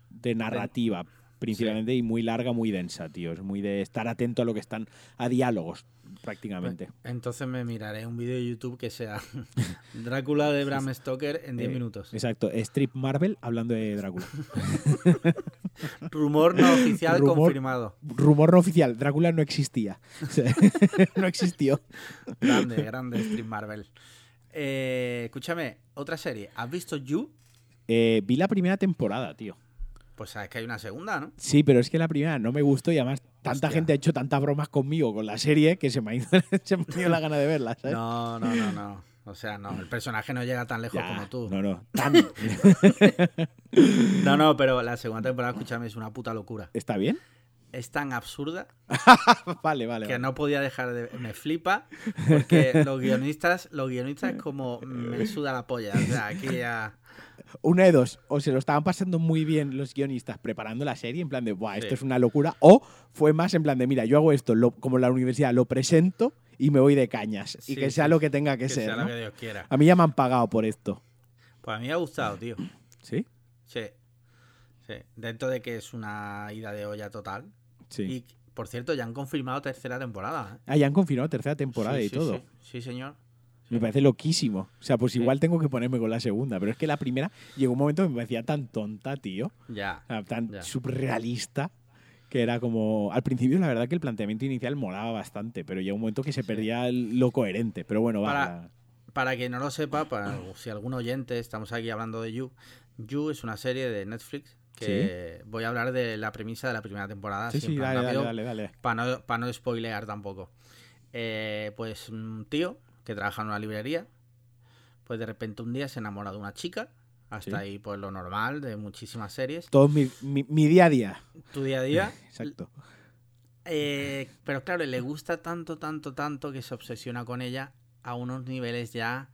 de narrativa, principalmente, y muy larga, muy densa, tío. Es muy de estar atento a lo que están, a diálogos, prácticamente.
Pues, Entonces me miraré un vídeo de YouTube que sea Drácula de Bram Stoker en 10
Eh,
minutos.
Exacto, Strip Marvel hablando de Drácula.
Rumor no oficial
Rumor.
confirmado.
Rumor no oficial, Drácula no existía. O sea, no existió.
Grande, grande Stream Marvel. Eh, escúchame, otra serie. ¿Has visto You?
Eh, vi la primera temporada, tío.
Pues sabes que hay una segunda, ¿no?
Sí, pero es que la primera no me gustó y además tanta
Hostia.
gente ha hecho tantas bromas conmigo con la serie que se me ha ido, se me ha ido la gana de verla, ¿sabes?
No, no, no, no. O sea, no, el personaje no llega tan lejos
Ya,
como tú.
No, no, tan-
No, no, pero la segunda temporada, escúchame, es una puta locura.
¿Está bien?
Es tan absurda
vale, vale.
que
vale.
no podía dejar de. Me flipa porque los guionistas, los guionistas como me suda la polla. O sea, aquí ya.
Una de dos. O se lo estaban pasando muy bien los guionistas preparando la serie, en plan de, ¡buah, esto
Sí.
es una locura! O fue más en plan de, mira, yo hago esto lo- como la universidad, lo presento y me voy de cañas.
Sí,
y que sea
sí,
lo que tenga que,
Que
ser.
sea
¿no?
lo que Dios quiera.
A mí ya me han pagado por esto.
Pues a mí me ha gustado, tío.
¿Sí?
Sí. Sí. Dentro de que es una ida de olla total.
Sí.
Y por cierto, ya han confirmado tercera temporada. ¿eh?
Ah, ya han confirmado tercera temporada
Sí,
y
sí,
todo.
Sí, Sí, señor.
Me parece loquísimo. O sea, pues igual tengo que ponerme con la segunda. Pero es que la primera llegó un momento que me parecía tan tonta, tío.
Ya.
sea, tan
Ya.
surrealista que era como al principio la verdad que el planteamiento inicial molaba bastante pero llega un momento que se perdía el- lo coherente pero bueno va
Para-
la-
Para quien no lo sepa, para si algún oyente, estamos aquí hablando de You. You es una serie de Netflix que voy a hablar de la premisa de la primera temporada.
ah, sí
así en
sí
plan
dale, dale
rápido,
dale dale
Para no, pa' no spoilear tampoco. Eh, pues un tío que trabaja en una librería, pues de repente un día se enamora de una chica. Hasta
Sí.
ahí, pues lo normal de muchísimas series.
todo mi, mi- mi día a día
Tu día a día.
exacto
Eh, pero claro, le gusta tanto, tanto, tanto que se obsesiona con ella a unos niveles ya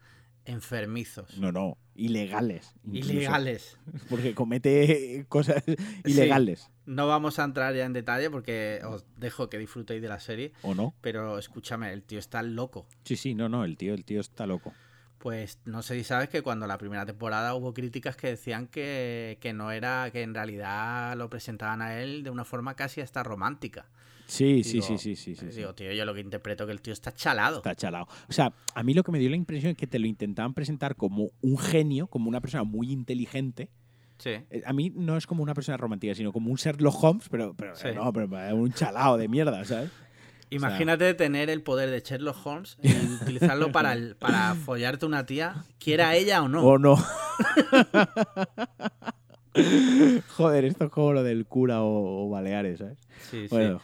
enfermizos.
no no ilegales incluso.
ilegales.
porque comete cosas ilegales
No vamos a entrar ya en detalle porque os dejo que disfrutéis de la serie.
o no
Pero escúchame, el tío está loco.
sí sí no no el tío el tío está loco
Pues no sé si sabes que cuando la primera temporada hubo críticas que decían que, que no era, que en realidad lo presentaban a él de una forma casi hasta romántica.
sí sí
Digo,
sí sí sí sí, sí.
Digo, tío, yo lo que interpreto que el tío está chalado.
Está chalado. O sea, a mí lo que me dio la impresión es que te lo intentaban presentar como un genio, como una persona muy inteligente,
Sí.
Eh, A mí no es como una persona romántica, sino como un Sherlock Holmes, pero, pero
Sí.
no, pero eh, un chalao de mierda, ¿sabes?
Imagínate tener el poder de Sherlock Holmes y utilizarlo para, el- para follarte una tía, quiera ella o no.
O no. Joder, esto es como lo del cura o, o Baleares, ¿sabes?
Sí, sí.
Bueno,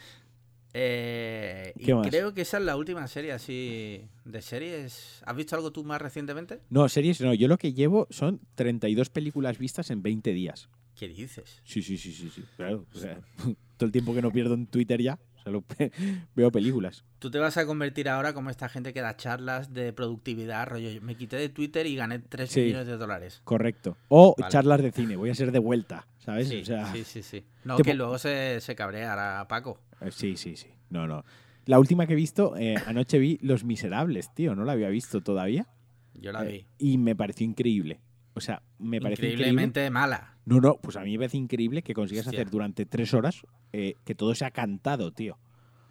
Eh, y
¿qué más?
creo que esa es la última serie así de series. ¿Has visto algo tú más recientemente?
no, series no. Yo lo que llevo son 32 películas vistas en 20 días.
¿Qué dices?
Sí, sí, sí, sí, sí. Claro. o sea, todo el tiempo que no pierdo en Twitter ya, o sea, lo- veo películas.
Tú te vas a convertir ahora como esta gente que da charlas de productividad, rollo. yo Me quité de Twitter y gané 3
Sí.
millones de dólares.
Correcto. O
Vale.
charlas de cine, voy a ser de vuelta, ¿sabes?
Sí,
o sea,
sí, sí, sí. No,
te
que
po-
luego se, se cabreará Paco.
eh, sí, sí, sí. No, no. La última que he visto, eh, anoche vi Los Miserables, tío, no la había visto todavía.
Yo la
Eh,
vi.
Y me pareció increíble. O sea, me pareció increíble.
Increíblemente mala.
No, no, pues a mí me parece increíble que consigas
Hostia.
hacer durante tres horas eh, que todo sea cantado, tío.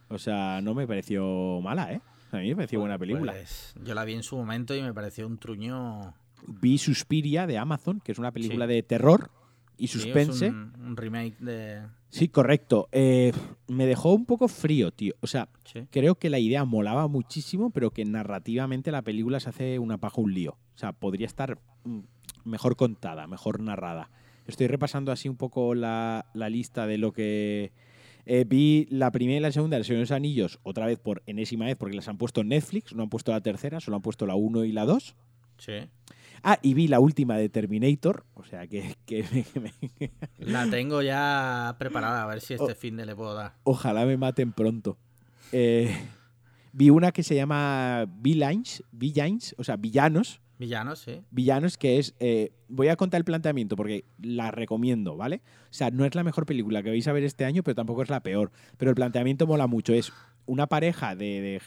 O sea, no me pareció mala, ¿eh? A mí me pareció buena película.
Pues, yo la vi en su momento y me pareció un truño.
Vi Suspiria de Amazon, que es una película
Sí.
de terror y
Sí, es
suspense.
un, un remake de.
Sí, correcto. Eh, me dejó un poco frío, tío. O sea,
Sí.
creo que la idea molaba muchísimo, pero que narrativamente la película se hace una paja un lío. O sea, podría estar mm, mejor contada, mejor narrada. Estoy repasando así un poco la, la lista de lo que eh, vi la primera y la segunda de Señor de los Anillos, otra vez por enésima vez, porque las han puesto en Netflix, no han puesto la tercera, solo han puesto la 1 y la 2.
sí.
Ah, y vi la última de Terminator, o sea que, que me- me-
La tengo ya preparada, a ver si
Oh.
este fin de le puedo dar.
Ojalá me maten pronto. Eh, vi una que se llama Villains, Villains, o sea, Villanos.
Villanos, sí.
Villanos, que es. eh, voy a contar el planteamiento porque la recomiendo, ¿vale? O sea, no es la mejor película que vais a ver este año, pero tampoco es la peor. Pero el planteamiento mola mucho. Es una pareja de, de-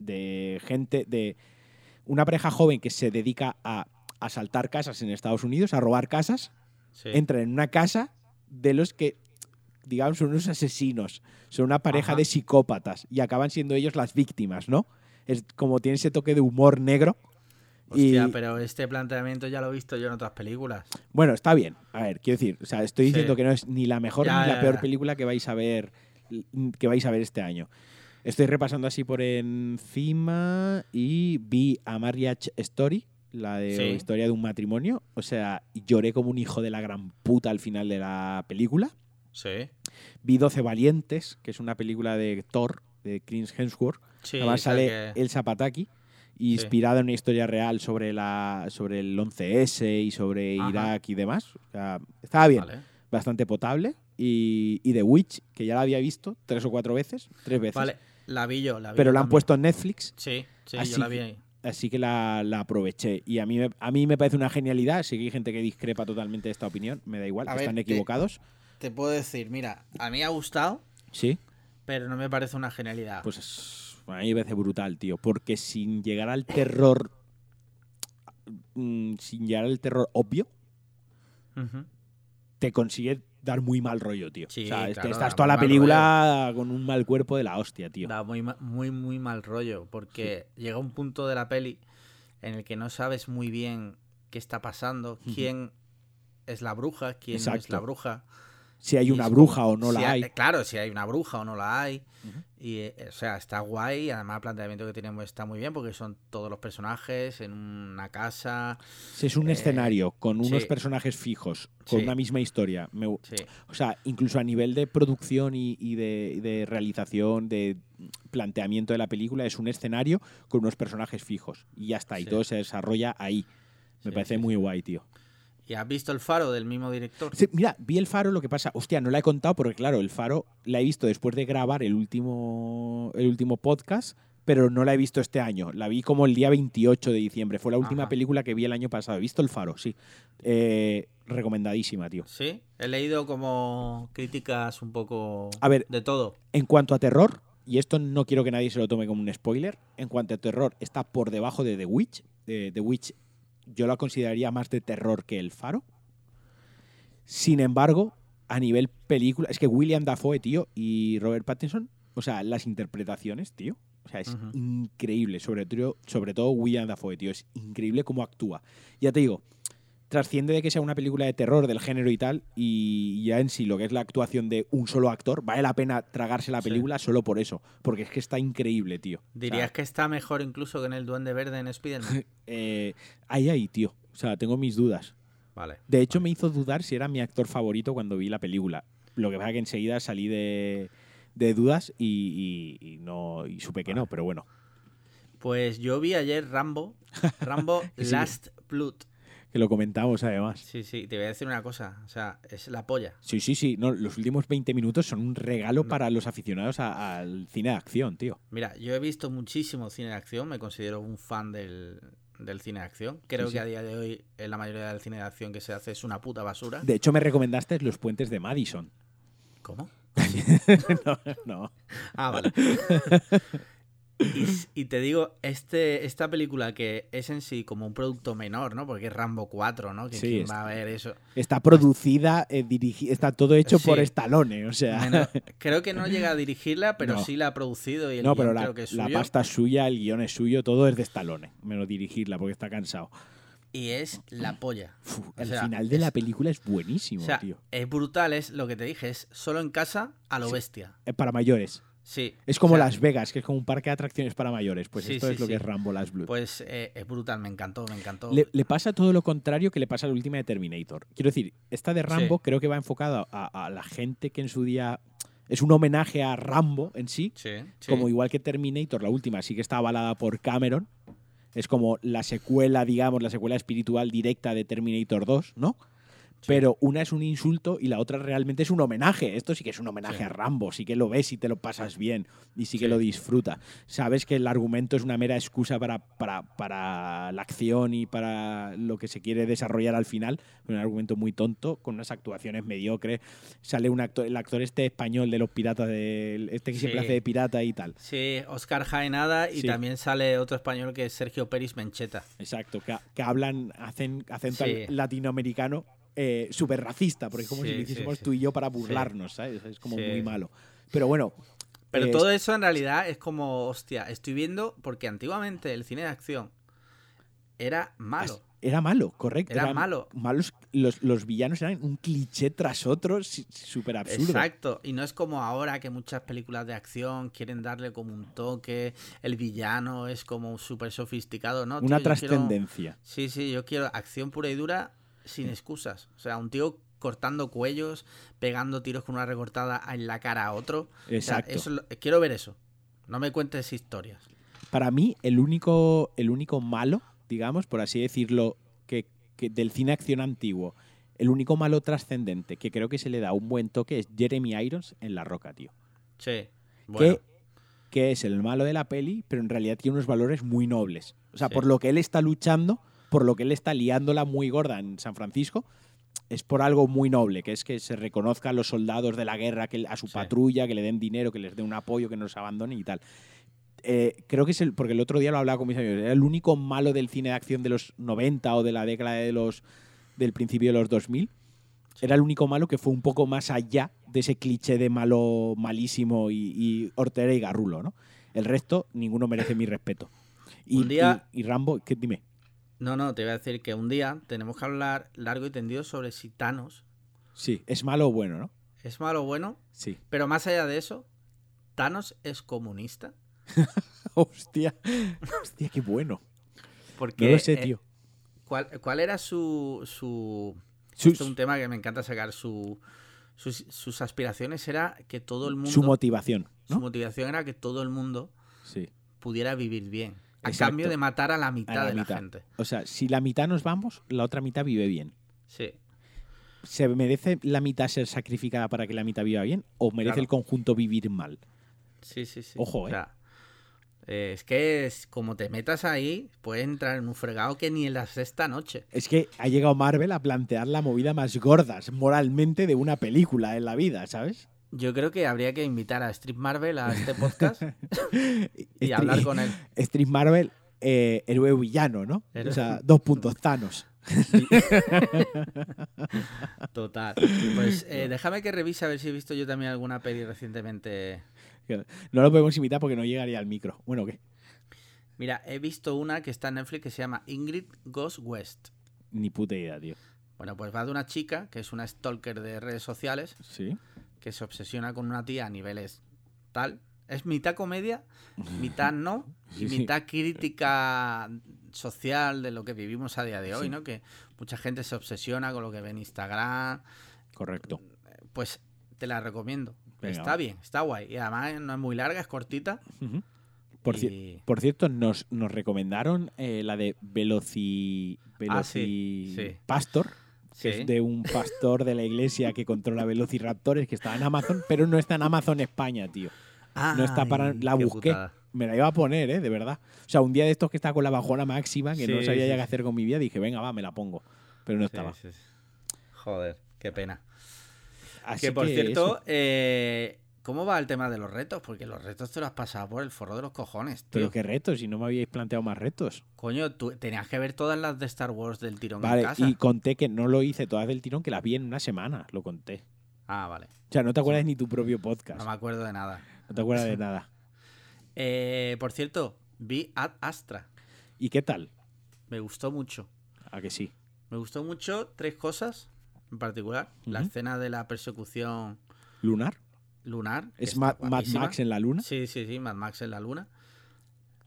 de gente. de Una pareja joven que se dedica a asaltar casas en Estados Unidos, a robar casas
sí.
entran en una casa de los que, digamos, son unos asesinos, son una pareja
Ajá.
de psicópatas y acaban siendo ellos las víctimas, ¿no? Es como tiene ese toque de humor negro. Y
Hostia, pero este planteamiento ya lo he visto yo en otras películas.
bueno, está bien. A ver, quiero decir, o sea, estoy
Sí.
diciendo que no es ni la mejor
Ya,
ni la
ya,
peor
ya.
película que vais a ver que vais a ver este año. Estoy repasando así por encima y vi a Marriage Story, la de
Sí.
historia de un matrimonio. O sea, lloré como un hijo de la gran puta al final de la película.
Sí.
Vi 12 Valientes, que es una película de Thor, de Chris Hemsworth.
Sí,
Además
esa
sale
que-
El Zapataki, inspirada en una historia real sobre, la, sobre el 11S y sobre
Ajá.
Irak y demás. O sea, estaba bien,
Vale.
bastante potable. Y, y The Witch, que ya la había visto tres o cuatro veces, tres veces.
Vale, la vi yo, la vi
pero
yo
la han
también.
puesto en Netflix,
Sí, sí,
Así
yo la
que-
vi ahí.
así que la, la aproveché. Y a mí, me- a mí me parece una genialidad. Así que hay gente que discrepa totalmente de esta opinión, me da igual,
A ver,
están
te-
equivocados.
Te puedo decir, mira, a mí ha gustado,
Sí.
pero no me parece una genialidad.
Pues es- a mí me parece brutal, tío. Porque sin llegar al terror. mm, Sin llegar al terror obvio,
Ujú.
te consigue dar muy mal rollo, tío.
Sí,
o sea, te
claro,
estás
da
toda
muy
la
mal
película con un mal cuerpo de la hostia, tío.
Da muy, ma- muy, muy mal rollo, porque llega un punto de la peli en el que no sabes muy bien qué está pasando, quién es la bruja, quién no es
Exacto.
la bruja.
Si hay
Y
una
es
bruja
como-
o no
si
la hay.
Claro, si hay una bruja o no la hay.
Ujú.
Y, eh, o sea, está guay. y Además, el planteamiento que tenemos está muy bien porque son todos los personajes en una casa.
Si es un
eh,
escenario con unos
sí.
personajes fijos, con
Sí.
una misma historia. me- o
Sí,
sea, incluso a nivel de producción y, y de, y de realización, de planteamiento de la película, es un escenario con unos personajes fijos. Y ya está, y
Sí.
todo se desarrolla ahí. Me
Sí,
parece
sí,
muy guay, tío.
¿Y has visto el faro del mismo director?
Sí, mira, vi el faro, lo que pasa. Hostia, no la he contado porque, claro, el faro la he visto después de grabar el último, el último podcast, pero no la he visto este año. La vi como el día 28 de diciembre. Fue la última
Ajá.
película que vi el año pasado. He visto el faro, sí. Eh, recomendadísima, tío.
Sí, he leído como críticas un poco
A ver.
de todo.
En cuanto a terror, y esto no quiero que nadie se lo tome como un spoiler, en cuanto a terror, está por debajo de The Witch. Eh, The Witch yo la consideraría más de terror que El Faro. Sin embargo, a nivel película, es que William Dafoe, tío, y Robert Pattinson, o sea, las interpretaciones, tío. O sea, es
Ujú.
increíble, sobre, trio- sobre todo William Dafoe, tío. Es increíble cómo actúa. Ya te digo, trasciende de que sea una película de terror del género y tal, y ya en sí lo que es la actuación de un solo actor, vale la pena tragarse la
Sí.
película solo por eso, porque es que está increíble, tío. O sea,
Dirías que está mejor incluso que en el Duende Verde en Spider-Man.
eh, ahí, ahí, tío. O sea, tengo mis dudas.
Vale.
De hecho, me hizo dudar si era mi actor favorito cuando vi la película. Lo que pasa que enseguida salí de, de dudas y, y- y no, y supe que no, pero bueno.
Pues yo vi ayer Rambo, Rambo
Sí.
Last Blood.
que lo comentamos además.
Sí, sí, te voy a decir una cosa. O sea, es la polla.
Sí, sí, sí. No, los últimos 20 minutos son un regalo para los aficionados a- al cine de acción, tío.
Mira, yo he visto muchísimo cine de acción, me considero un fan del, del cine de acción. Creo
Sí, sí.
que a día de hoy eh, la mayoría del cine de acción que se hace es una puta basura.
De hecho, me recomendaste Los Puentes de Madison.
¿Cómo?
no, no.
Ah, vale. y, s- y te digo, este, esta película que es en sí como un producto menor, ¿no? Porque es Rambo 4, ¿no? Que
Sí,
quién
es-
va a ver eso.
Está producida, eh, dirigi- está todo hecho
Sí.
por Stallone, o sea.
Menos- creo que no llega a dirigirla, pero
No.
sí la ha producido y el
No,
guión
pero la,
creo que es
la
suyo.
pasta es suya, el guión es suyo, todo es de Stallone. Menos dirigirla porque está cansado.
Y es la polla.
Fu,
O
el
sea,
final de
es-
la película es
O
buenísimo,
sea,
tío.
es brutal, es lo que te dije, es solo en casa a lo
Sí.
bestia.
Es Eh, para mayores.
Sí.
Es como
o sea,
Las Vegas, que es como un parque de atracciones para mayores. Pues
Sí,
esto
sí,
es lo que
sí.
es Rambo Las Blood.
Pues eh, es brutal, me encantó, me encantó.
Le, le pasa todo lo contrario que le pasa a la última de Terminator. Quiero decir, esta de Rambo
Sí.
creo que va enfocada a, a la gente que en su día es un homenaje a Rambo en sí,
Sí, sí.
como igual que Terminator, la última sí que está avalada por Cameron. Es como la secuela, digamos, la secuela espiritual directa de Terminator 2, ¿no?
Sí.
Pero una es un insulto y la otra realmente es un homenaje. Esto sí que es un homenaje
Sí.
a Rambo, sí que lo ves y te lo pasas bien y sí que
Sí.
lo disfrutas. Sabes que el argumento es una mera excusa para, para, para la acción y para lo que se quiere desarrollar al final. Un argumento muy tonto, con unas actuaciones mediocres. Sale un actor, el actor este español de los piratas, del este que siempre
Sí.
hace de pirata y tal.
Sí, Oscar Jaenada y
Sí.
también sale otro español que es Sergio Peris Mencheta.
Exacto, que, que hablan, hacen acento
Sí.
latinoamericano eh, súper racista, porque es como si
Sí,
lo
sí,
hiciésemos
sí.
tú y yo para burlarnos, ¿sabes? Es como
Sí.
muy malo. Pero bueno.
Pero
eh,
todo eso en realidad es como, hostia, estoy viendo porque antiguamente el cine de acción era malo.
Era malo, correcto.
Era
eran
malo.
Malos, los, los villanos eran un cliché tras otro si- súper absurdo.
Exacto, y no es como ahora que muchas películas de acción quieren darle como un toque, el villano es como súper sofisticado, ¿no?
Una
tío? Yo quiero-
trascendencia.
Sí, sí, yo quiero acción pura y dura sin excusas. O sea, un tío cortando cuellos, pegando tiros con una recortada en la cara a otro. O sea,
Exacto.
eso es lo- quiero ver eso. No me cuentes historias.
Para mí, el único, el único malo, digamos, por así decirlo, que, que del cine acción antiguo, el único malo trascendente que creo que se le da un buen toque es Jeremy Irons en La Roca, tío.
Sí. Bueno,
que, que es el malo de la peli, pero en realidad tiene unos valores muy nobles. O sea,
Sí.
por lo que él está luchando, por lo que él está liándola muy gorda en San Francisco, es por algo muy noble, que es que se reconozca a los soldados de la guerra, que, a su
Sí.
patrulla, que le den dinero, que les den un apoyo, que no los abandonen y tal. Eh, creo que es el, porque el otro día lo hablaba con mis amigos, era el único malo del cine de acción de los 90 o de la década de los, del principio de los 2000. Era el único malo que fue un poco más allá de ese cliché de malo malísimo y, y hortera y garrulo, ¿no? El resto, ninguno merece mi respeto. Y,
Un día-
y- y Rambo, ¿qué, dime,
no, no, te voy a decir que un día tenemos que hablar largo y tendido sobre si Thanos
sí, es malo o bueno, ¿no?
es malo o bueno,
Sí.
pero más allá de eso, Thanos es comunista.
Hostia, hostia, qué bueno.
Porque,
No lo sé,
eh,
tío.
¿cuál, cuál era su, su,
Su,
Esto es un tema que me encanta sacar. Su, sus, sus aspiraciones era que todo el mundo.
su motivación,
su
¿no?
motivación era que todo el mundo
Sí.
pudiera vivir bien. A
Exacto.
cambio de matar a la mitad
la
de
mitad.
la gente.
O sea, si la mitad nos vamos, la otra mitad vive bien.
Sí.
¿Se merece la mitad ser sacrificada para que la mitad viva bien o merece
Claro.
el conjunto vivir mal?
Sí, sí, sí.
Ojo,
O sea, eh, es que es, como te metas ahí, puedes entrar en un fregado que ni en la sexta noche.
Es que ha llegado Marvel a plantear la movida más gorda moralmente de una película en la vida, ¿sabes?
Yo creo que habría que invitar a Strip Marvel a este podcast y
Stri-
hablar con él.
Street Marvel, eh, héroe villano, ¿no?
Héroe-
O sea, dos puntos Thanos.
Total. Pues eh, déjame que revise a ver si he visto yo también alguna peli recientemente
No lo podemos imitar porque no llegaría al micro. Bueno, ¿qué?
Mira, he visto una que está en Netflix que se llama Ingrid Goes West.
Ni puta idea, tío.
Bueno, pues va de una chica que es una stalker de redes sociales
Sí.
que se obsesiona con una tía a niveles tal. Es mitad comedia, mitad no y
Sí, sí.
mitad crítica social de lo que vivimos a día de hoy,
Sí.
¿no? Que mucha gente se obsesiona con lo que ve en Instagram.
Correcto.
Pues te la recomiendo.
Venga,
está
va.
bien, está guay. Y además no es muy larga, es cortita.
Ujú. Por,
Y-
cier- por cierto, nos, nos recomendaron eh, la de Veloci,
Ah, sí,
Veloci-
sí.
Pastor, que
Sí.
es de un pastor de la iglesia que controla Velociraptores, que está en Amazon, pero no está en Amazon España, tío. No está para.
Ay,
La
qué
busqué.
putada.
Me la iba a poner, ¿eh? De verdad. O sea, un día de estos que estaba con la bajona máxima, que no
Sí,
sabía
sí,
ya qué
sí.
hacer con mi vida, dije, venga, va, me la pongo. Pero no
Sí,
estaba.
sí, sí. Joder, qué pena.
Así
que por
eso.
cierto, eh, ¿cómo va el tema de los retos? Porque los retos te los has pasado por el forro de los cojones, tío.
Pero qué retos, si no me habíais planteado más retos.
Coño, tú tenías que ver todas las de Star Wars del tirón
Vale,
en casa.
y conté que no lo hice todas del tirón, que las vi en una semana, lo conté.
Ah, vale.
O sea, no te acuerdas ni tu propio podcast.
No me acuerdo de nada.
No te acuerdas de nada.
Eh, por cierto, vi Ad Astra.
¿Y qué tal?
Me gustó mucho.
¿A que sí?
Me gustó mucho tres cosas en particular. La
Ujú.
escena de la persecución
¿Lunar?
lunar. que
¿Es
está
Ma- Mad
guapísima.
Max en la luna?
Sí, sí, sí, Mad Max en la luna.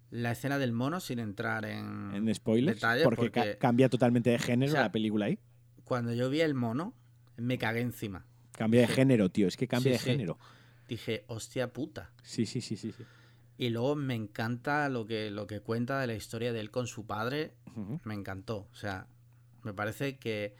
La escena del mono sin entrar en...
En spoilers.
Detalles,
porque ca-
porque-
cambia totalmente de género
O sea,
la película ahí.
Cuando yo vi el mono, me cagué encima.
Cambia de género, tío. Es que cambia
sí,
de
sí.
género.
Dije, hostia puta.
Sí, sí, sí, sí. sí.
Y luego me encanta lo que, lo que cuenta de la historia de él con su padre.
Ujú,
Me encantó. O sea, me parece que,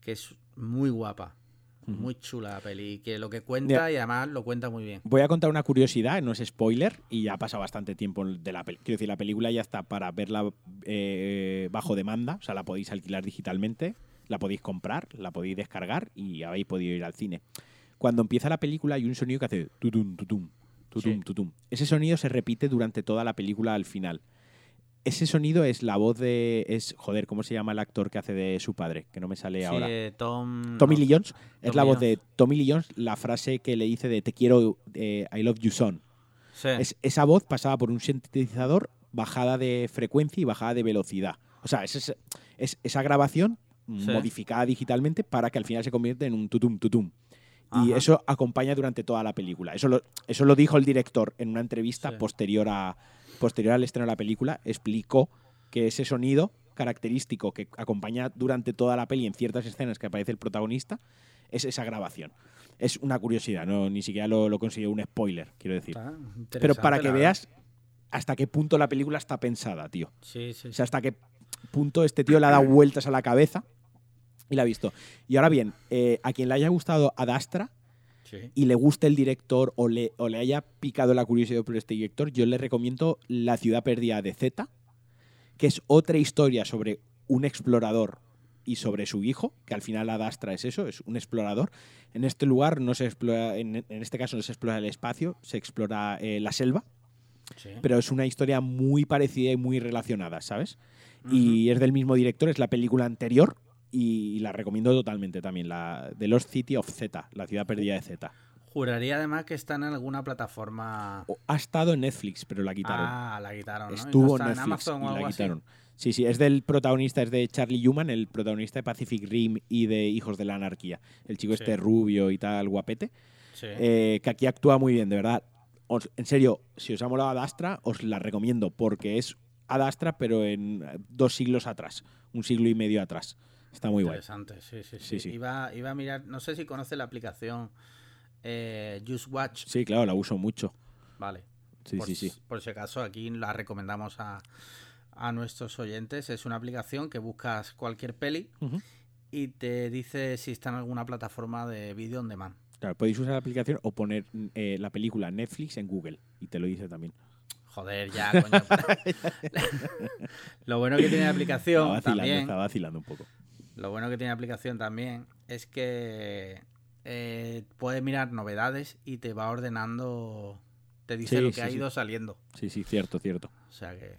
que es muy guapa.
ujú.
Muy chula la peli. y Que lo que cuenta y además lo cuenta muy bien.
Voy a contar una curiosidad, no es spoiler, y ya pasa bastante tiempo de la película. Quiero decir, la película ya está para verla eh, bajo demanda, o sea, la podéis alquilar digitalmente, la podéis comprar, la podéis descargar y habéis podido ir al cine. Cuando empieza la película hay un sonido que hace tutum, tutum, tutum,
Sí.
tutum. Ese sonido se repite durante toda la película al final. Ese sonido es la voz de. es Joder, ¿cómo se llama el actor que hace de su padre? Que no me sale
Sí,
ahora.
eh, Tom...
Tommy Lee Jones es
Tommy
la voz
Lee
de Tommy Lee Jones, la frase que le dice de te quiero, eh, I love you son.
Sí.
Es- esa voz pasaba por un sintetizador, bajada de frecuencia y bajada de velocidad. O sea, es, es- es esa grabación
Sí.
modificada digitalmente para que al final se convierta en un tutum tutum. Y
Ajá.
eso acompaña durante toda la película. Eso lo, eso lo dijo el director en una entrevista
Sí.
posterior, a, posterior al estreno de la película. Explicó que ese sonido característico que acompaña durante toda la peli en ciertas escenas que aparece el protagonista es esa grabación. Es una curiosidad, no ni siquiera lo, lo considero un spoiler, quiero decir.
Está
Pero para
interesante,
que
la
veas hasta qué punto la película está pensada, tío.
verdad. Sí, sí,
O
sí.
sea, hasta qué punto este tío le ha dado vueltas a la cabeza y la ha visto. Y ahora bien, eh, a quien le haya gustado Adastra,
Sí.
y le guste el director o le, o le haya picado la curiosidad por este director, yo le recomiendo La ciudad perdida de Z, que es otra historia sobre un explorador y sobre su hijo, que al final Adastra es eso, es un explorador. En este lugar no se explora, en, en este caso no se explora el espacio, se explora eh, la selva,
sí.
pero es una historia muy parecida y muy relacionada, ¿sabes? Y es del mismo director, es la película anterior y la recomiendo totalmente también, la de Lost City of Z, la ciudad perdida de Z.
Juraría además que está en alguna plataforma.
O- Ha estado en Netflix, pero la quitaron.
Ah, la quitaron. ¿no? Y no
Estuvo
está
en
en
Netflix
Amazon o
y
algo
la
así.
quitaron. Sí, sí, es del protagonista, es de Charlie Human, el protagonista de Pacific Rim y de Hijos de la Anarquía. El chico
Sí.
este rubio y tal, guapete,
Sí.
eh, que aquí actúa muy bien, de verdad. Os- en serio, si os ha molado Adastra, os la recomiendo, porque es Adastra, pero en eh, dos siglos atrás, un siglo y medio atrás. Está muy guay.
Interesante, sí, sí, sí.
Sí, sí.
Iba, iba a mirar, no sé si conoce la aplicación eh, Just Watch.
Sí, claro, la uso mucho.
Vale.
Sí,
por,
sí, sí.
si- por si acaso, aquí la recomendamos a, a nuestros oyentes. Es una aplicación que buscas cualquier peli
Ujú.
y te dice si está en alguna plataforma de video on demand.
Claro, podéis usar la aplicación o poner eh, la película Netflix en Google y te lo dice también.
Joder, ya, coño. Lo bueno que tiene la aplicación
Estaba vacilando,
también.
estaba vacilando un poco.
Lo bueno que tiene la aplicación también es que eh, puedes mirar novedades y te va ordenando, te dice
Sí,
lo que
sí,
ha
sí.
ido saliendo.
Sí, sí, cierto, cierto.
O sea que.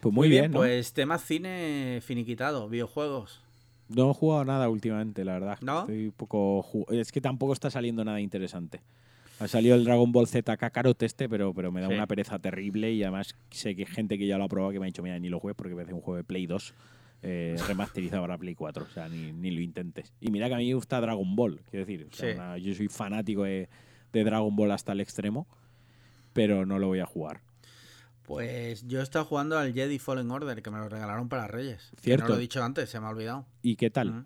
Pues muy, bien, ¿no?
pues tema cine finiquitado, videojuegos.
No he jugado nada últimamente, la verdad.
¿No?
Estoy un poco ju- Es que tampoco está saliendo nada interesante. Ha salido el Dragon Ball Z Kakarot este, pero, pero me da
Sí.
una pereza terrible y además sé que hay gente que ya lo ha probado que me ha dicho, mira, ni lo juegues porque parece un juego de Play 2 eh, remasterizado para Play 4. O sea, ni, ni lo intentes. Y mira que a mí me gusta Dragon Ball, quiero decir. o sea,
Sí.
una- yo soy fanático de, de Dragon Ball hasta el extremo, pero no lo voy a jugar.
Pues yo he estado jugando al Jedi Fallen Order que me lo regalaron para Reyes. Que
Cierto.
No lo he dicho antes, se me ha olvidado.
¿Y qué tal?
Mm.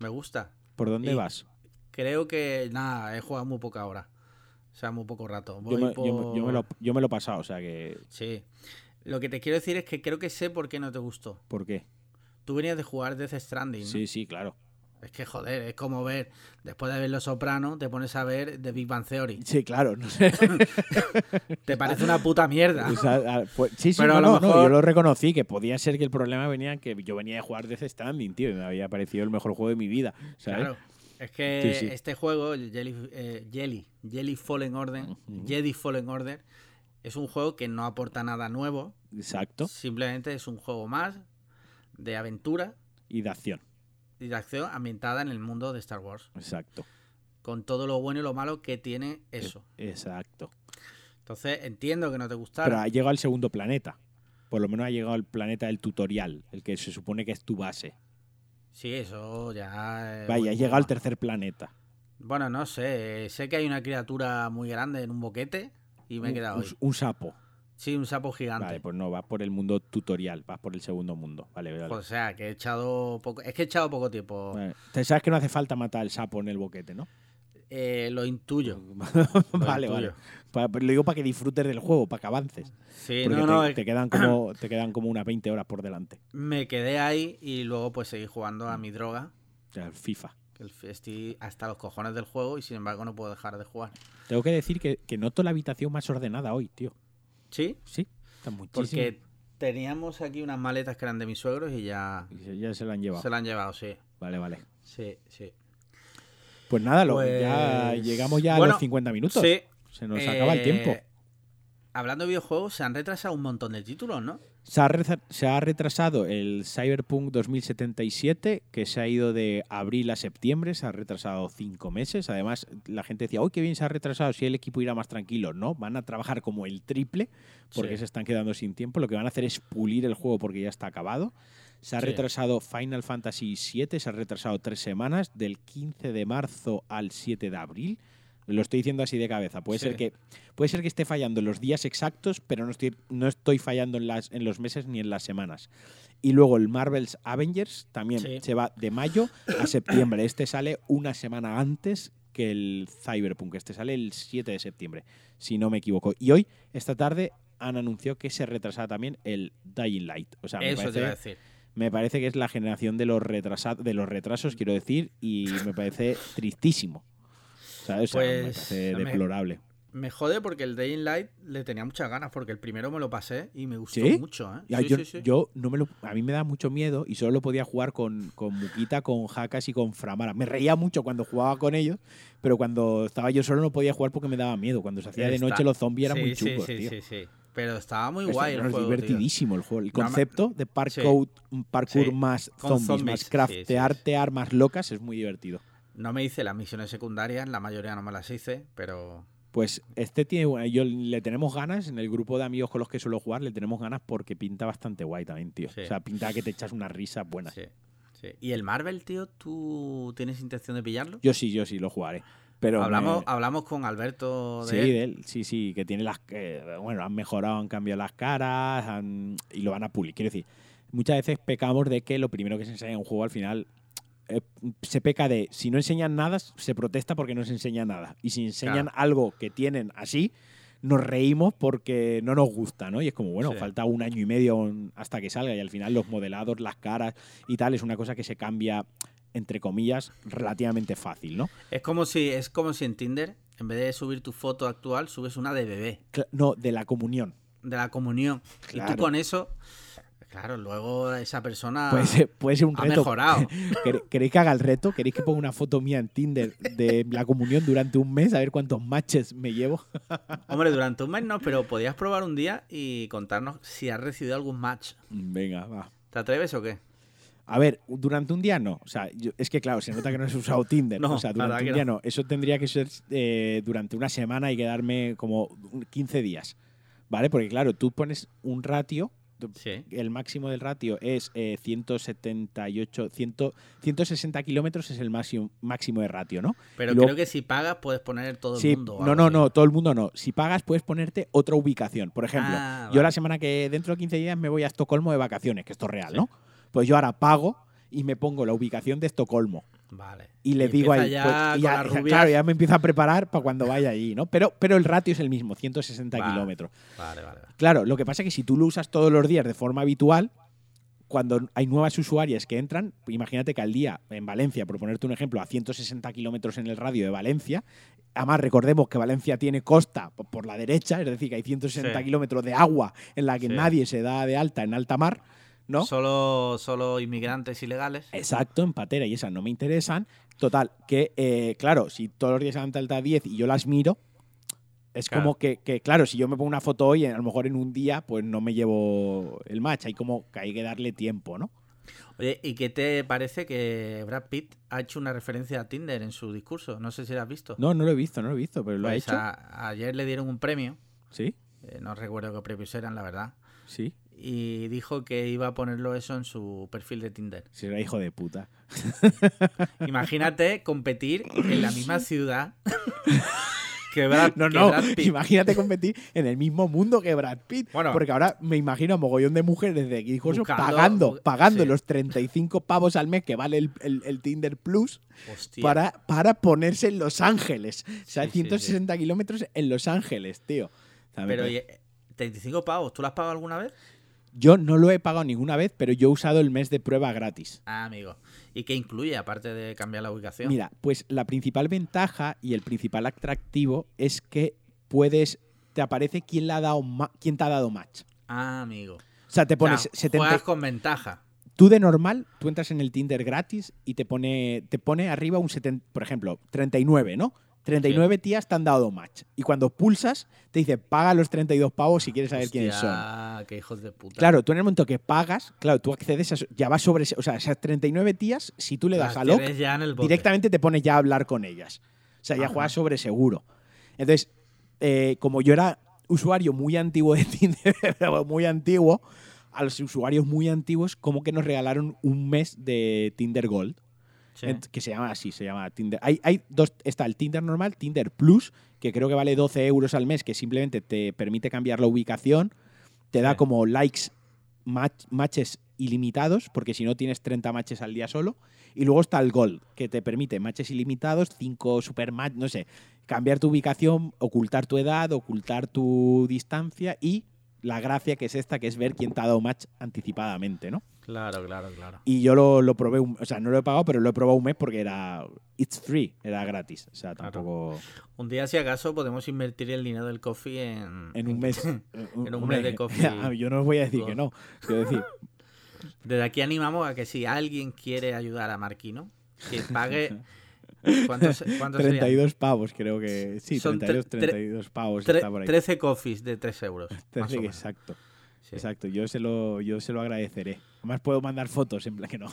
Me gusta.
¿Por dónde
Y-
vas?
Creo que, nada, he jugado muy poca hora. O sea, muy poco rato.
Yo
Voy
me, yo
por-
me- yo me lo, yo me lo he pasado, o sea que.
Sí. Lo que te quiero decir es que creo que sé por qué no te gustó.
¿Por qué?
Tú venías de jugar Death Stranding. ¿no?
Sí, sí, claro.
Es que joder, es como ver, después de ver Los Sopranos, te pones a ver The Big Bang Theory.
Sí, claro. No sé.
Te parece una puta mierda.
O sea, a- pues- sí, sí,
Pero
no,
a lo
no, no,
mejor-
yo lo reconocí, que podía ser que el problema venía en que yo venía de jugar Death Stranding, tío, y me había parecido el mejor juego de mi vida, ¿sabes?
Claro. Es que
Sí, sí.
este juego, el Jelly, eh, Jelly, Jelly Fallen Order,
Ujú.
Jedi Fallen Order, es un juego que no aporta nada nuevo.
Exacto.
Simplemente es un juego más de aventura
Y de acción,
y de acción ambientada en el mundo de Star Wars.
exacto.
Con todo lo bueno y lo malo que tiene eso.
Exacto.
Entonces entiendo que no te
Pero
gustara.
ha llegado al segundo planeta. Por lo menos ha llegado al planeta del tutorial, el que se supone que es tu base.
Eh, Sí, eso ya. es
Vaya,
buen
ha llegado al
tema.
tercer planeta.
Bueno, no sé. eh, Sé que hay una criatura muy grande en un boquete y me he
Un-
quedado
un,
ahí.
un sapo.
Sí, un sapo gigante.
Vale, pues no, vas por el mundo tutorial, vas por el segundo mundo. Vale, vale.
O sea, que he echado poco. Es que he echado poco tiempo.
Vale. Te sabes que no hace falta matar al sapo en el boquete, ¿no?
Eh, lo intuyo. lo
vale, vale.
intuyo.
Pa- lo digo para que disfrutes del juego, para que avances.
Sí,
porque
Eh, no,
te,
no.
te
es-
quedan como, te quedan como unas 20 horas por delante.
Me quedé ahí y luego pues seguí jugando a
Mm.
mi droga.
O sea, FIFA.
que el- Estoy hasta los cojones del juego y sin embargo no puedo dejar de jugar.
Tengo que decir que, que noto la habitación más ordenada hoy, tío.
Sí,
Sí, está muchísimo.
porque teníamos aquí unas maletas que eran de mis suegros y ya
Y se- Ya se la han llevado.
se la han llevado, sí.
Vale, vale.
Sí, sí.
Pues nada, lo-
Pues-
ya llegamos ya a
bueno,
los 50 minutos.
Sí,
Se nos
eh,
acaba el tiempo.
Hablando de videojuegos, se han retrasado un montón de títulos, ¿no?
Se ha, reza- se ha retrasado el Cyberpunk 2077, que se ha ido de abril a septiembre, se ha retrasado cinco meses. Además, la gente decía, uy, qué bien se ha retrasado, si el equipo irá más tranquilo. No, van a trabajar como el triple, porque
Sí.
se están quedando sin tiempo. Lo que van a hacer es pulir el juego porque ya está acabado. Se ha
Sí.
retrasado Final Fantasy VII, se ha retrasado tres semanas, del 15 de marzo al 7 de abril. Lo estoy diciendo así de cabeza. Puede,
Sí.
ser, que, puede ser que esté fallando en los días exactos, pero no estoy, no estoy fallando en, las, en los meses ni en las semanas. Y luego el Marvel's Avengers también
Sí.
se va de mayo a septiembre. Este sale una semana antes que el Cyberpunk. Este sale el 7 de septiembre, si no me equivoco. Y hoy, esta tarde, han anunciado que se retrasará también el Dying Light. O sea, me
Eso te iba a
parece,
decir.
me parece que es la generación de los, retrasa- de los retrasos, quiero decir, y me parece tristísimo. ¿Sabes? O sea, me
Pues,
parece
me-
deplorable.
Me jode porque el Day in Light le tenía muchas ganas, porque el primero me lo pasé y me gustó
¿Sí?
mucho, ¿eh?
Ya,
Sí,
Ah, yo,
sí, sí.
yo no me lo, a mí me da mucho miedo y solo lo podía jugar con, con Muquita, con Hakas y con Framara. Me reía mucho cuando jugaba con ellos, pero cuando estaba yo solo no podía jugar porque me daba miedo. Cuando se hacía de
Está-
noche los zombies eran
Sí,
muy
sí,
chungos,
sí,
tío.
sí, sí. Pero estaba muy
Pero
guay el
es
juego. tío.
divertidísimo el juego. El
No, me-
concepto de parkour, parkour
Sí.
más
Con
zombies,
zombies,
más
sí,
craftearte
sí, sí.
armas locas es muy divertido.
No me hice las misiones secundarias, la mayoría no me las hice, pero
Pues este tiene, bueno, yo le tenemos ganas en el grupo de amigos con los que suelo jugar, le tenemos ganas porque pinta bastante guay también, tío.
Sí.
O sea, pinta que te echas unas risas buenas.
sí, sí. ¿Y el Marvel, tío? ¿Tú tienes intención de pillarlo?
Yo sí, yo sí lo jugaré. Pero
hablamos,
me-
hablamos con Alberto de
sí,
él.
de él, sí, sí, que tiene las que bueno, han mejorado, han cambiado las caras han- y lo van a pulir. Quiero decir, muchas veces pecamos de que lo primero que se enseña en un juego al final eh, se peca de si no enseñan nada, se protesta porque no se enseña nada. Y si enseñan
Claro.
algo que tienen así, nos reímos porque no nos gusta, ¿no? Y es como, bueno,
Sí.
falta un año y medio un- hasta que salga y al final los modelados, las caras y tal es una cosa que se cambia entre comillas relativamente fácil, ¿no?
Es como si es como si en Tinder, en vez de subir tu foto actual, subes una de bebé,
Cla- No, de la comunión.
de la comunión. Y
Claro.
tú con eso, claro, luego esa persona
Puede ser, puede ser un
Ah. ha
reto.
mejorado.
¿Quere- ¿Queréis que haga el reto? ¿Queréis que ponga una foto mía en Tinder de la comunión durante un mes a ver cuántos matches me llevo?
Hombre, durante un mes no, pero podías probar un día y contarnos si has recibido algún match.
Venga, va.
¿Te atreves o qué?
A ver, durante un día no. O sea, yo- es que claro, se nota que no has usado Tinder.
No,
o sea,
la verdad
durante un
que
día
no.
no. Eso tendría que ser eh, durante una semana y quedarme como un- 15 días. ¿Vale? Porque claro, tú pones un ratio.
Sí.
El máximo del ratio es eh, 178, 100 160 kilómetros es el máximo, máximo de ratio, ¿no?
Pero
Y luego-
creo que si pagas puedes poner todo el
Sí,
mundo. o
no,
algo
no,
así.
no, todo el mundo no. Si pagas, puedes ponerte otra ubicación. Por ejemplo,
Ah,
yo
vale.
la semana que dentro de 15 días me voy a Estocolmo de vacaciones, que esto es real,
Sí.
¿no? Pues yo ahora pago y me pongo la ubicación de Estocolmo.
Vale.
Y le digo
empieza
ahí,
ya
pues, y
con
ya,
las
ya,
rubias.
claro, ya me empiezo a preparar para cuando vaya allí, ¿no? Pero, pero el ratio es el mismo, 160
Vale.
kilómetros.
Vale, vale, vale.
Claro, lo que pasa es que si tú lo usas todos los días de forma habitual, cuando hay nuevas usuarias que entran, imagínate que al día en Valencia, por ponerte un ejemplo, a 160 kilómetros en el radio de Valencia, además recordemos que Valencia tiene costa po- por la derecha, es decir, que hay 160
Sí.
kilómetros de agua en la que
Sí.
nadie se da de alta en alta mar, ¿no?
Solo, solo inmigrantes ilegales.
Exacto, en patera y esas no me interesan. Total, que eh, claro, si todos los días se levanta alta 10 y yo las miro, es
Claro.
como que, que, claro, si yo me pongo una foto hoy, a lo mejor en un día, pues no me llevo el match. Hay como que hay que darle tiempo, ¿no?
Oye, ¿y qué te parece que Brad Pitt ha hecho una referencia a Tinder en su discurso? No sé si lo has visto.
No, no lo he visto, no lo he visto, pero lo ha
Pues
hecho.
a- ayer le dieron un premio,
Sí,
eh, no recuerdo qué premios eran, la verdad,
sí.
y dijo que iba a ponerlo eso en su perfil de Tinder.
Será hijo de puta.
Imagínate competir en la misma ciudad que Brad,
No,
que
no,
Brad Pitt.
imagínate competir en el mismo mundo que Brad Pitt.
Bueno.
porque ahora me imagino a mogollón de mujeres de aquí discurso
Buscando-
pagando,
bu-
pagando
sí.
los 35 pavos al mes que vale el, el- el Tinder Plus
Hostia.
para, para ponerse en Los Ángeles. O sea,
Sí, sí,
160 kilómetros en Los Ángeles, tío. O sea, me
Pero
parece-
oye, 35 pavos, ¿tú lo has pagado alguna vez?
Yo no lo he pagado ninguna vez, pero yo he usado el mes de prueba gratis.
Ah, amigo. ¿Y qué incluye aparte de cambiar la ubicación?
Mira, pues la principal ventaja y el principal atractivo es que puedes. Te aparece quién, le ha dado ma- quién te ha dado match.
Ah, amigo.
O sea, te
O sea,
pones 70.
Juegas con ventaja.
Tú de normal, tú entras en el Tinder gratis y te pone, te pone arriba un 70, por ejemplo, 39, ¿no? 39 tías te han dado match. Y cuando pulsas, te dice, paga los 32 pavos si quieres saber quiénes son.
Ah, qué hijos de puta.
Claro, tú en el momento que pagas, claro, tú accedes a... eso- Ya vas sobre... ese- O sea, esas 39 tías, si tú le das
Las
a lock,
tienes ya en el bote.
directamente te pones ya a hablar con ellas. O sea, ya
Ajá.
juegas sobre seguro. Entonces, eh, como yo era usuario muy antiguo de Tinder, pero muy antiguo, a los usuarios muy antiguos, como que nos regalaron un mes de Tinder Gold,
Sí.
ent- que se llama así, se llama Tinder. Hay, hay dos, está el Tinder normal, Tinder Plus, que creo que vale 12 euros al mes, que simplemente te permite cambiar la ubicación, te da
Sí.
como likes, match- matches ilimitados, porque si no tienes 30 matches al día solo. Y luego está el Gold, que te permite matches ilimitados, 5 super match, no sé, cambiar tu ubicación, ocultar tu edad, ocultar tu distancia y la gracia que es esta, que es ver quién te ha dado match anticipadamente, ¿no?
Claro, claro, claro.
Y yo lo, lo probé, un- o sea, no lo he pagado, pero lo he probado un mes porque era. It's free, era gratis. O sea,
Claro.
tampoco.
Un día, si acaso, podemos invertir el dinero del coffee en,
En un mes.
un mes de coffee.
Ah, yo no os voy a decir que no. Quiero decir,
Desde aquí animamos a que si alguien quiere ayudar a Marquino, que pague. ¿Cuántos, cuántos serían?
32 pavos, creo que. Sí,
Son
32,
tre- tre-
32 pavos
Tre-
está por ahí.
13 coffees de 3 euros. más o
Trece,
menos.
exacto,
Sí.
exacto. Yo se, lo, yo se lo agradeceré. Además, puedo mandar fotos en plan que no.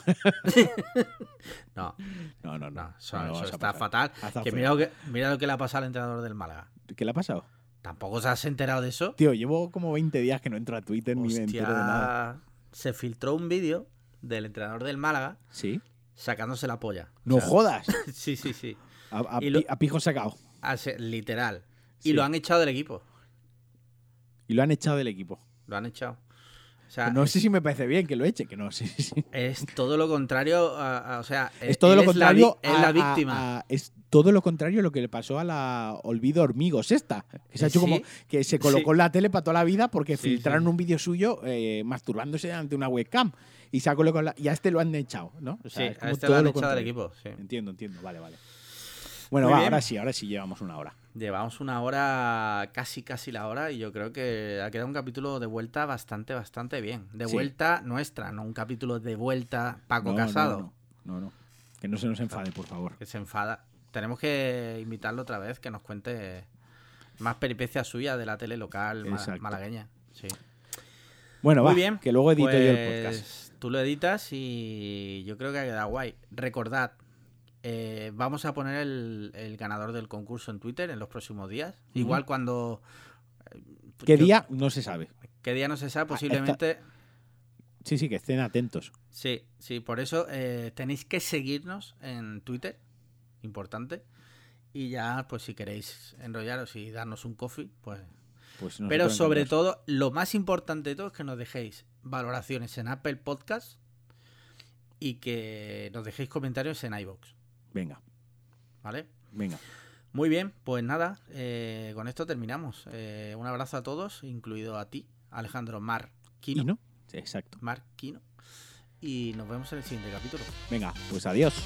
No,
No, no, no.
no, eso,
no lo
eso
vas a
está
pasar.
fatal.
Ha estado
Que
feo.
mira, lo que mira lo que le ha pasado al entrenador del Málaga.
¿Qué le ha pasado?
¿Tampoco se has enterado de eso?
Tío, llevo como 20 días que no entro a Twitter ni me entero de nada.
Hostia, se filtró un vídeo del entrenador del Málaga
¿Sí?
sacándose la polla. O
¡No
sea,
jodas!
Sí, sí, sí.
A, a
Y lo-
pi- a pijo sacado.
Hace- literal. Y
Sí.
lo han echado del equipo.
Y lo han echado del equipo.
Lo han echado. O sea,
Pues no sé si me parece bien que lo eche, que no, sí, sí, sí.
es todo lo contrario. a- a- o sea,
Es todo lo contrario.
Es la,
a- a-
víctima.
a- es todo lo contrario a lo que le pasó a la Olvido Hormigos, esta. Que se, ha
Eh,
hecho como,
sí.
que se colocó
Sí.
en la tele para toda la vida porque
Sí,
filtraron
sí.
un vídeo suyo eh, masturbándose ante una webcam. Y se ha colocado en la- y a este lo han echado, ¿no? O sea,
sí,
es
a
como
este
todo
lo han
lo
echado del
contrario.
equipo. sí.
Entiendo, entiendo. Vale, vale. Bueno,
Muy
va,
bien.
ahora sí, ahora sí llevamos una hora.
Llevamos una hora, casi, casi la hora, y yo creo que ha quedado un capítulo de vuelta bastante, bastante bien. De
Sí.
vuelta nuestra, no un capítulo de vuelta Paco
No, no,
Casado.
No, no, no. Que no se nos enfade, por favor.
que se enfada. Tenemos que invitarlo otra vez, que nos cuente más peripecias suyas de la tele local ma-
Exacto.
malagueña. Sí.
Bueno,
Muy
va,
bien.
que luego edito yo el
Pues,
podcast.
Tú lo editas y yo creo que ha quedado guay. Recordad, eh, vamos a poner el, el ganador del concurso en Twitter en los próximos días.
Ujú.
Igual cuando... eh,
¿Qué
yo-
día? Ah, No se sabe.
¿Qué día no se sabe? Posiblemente...
Sí, sí, que estén atentos.
Sí, sí, por eso eh, tenéis que seguirnos en Twitter, importante. Y ya, pues si queréis enrollaros y darnos un coffee, pues...
Pues
Pero
nosotros
sobre
encantados.
todo, lo más importante de todo es que nos dejéis valoraciones en Apple Podcast y que nos dejéis comentarios en iBox.
Venga,
¿Vale?
venga.
Muy bien, pues nada, eh, con esto terminamos. Eh, un abrazo a todos, incluido a ti, Alejandro Marquino.
¿Y no? Sí, exacto.
Marquino. Y nos vemos en el siguiente capítulo.
Venga, pues adiós.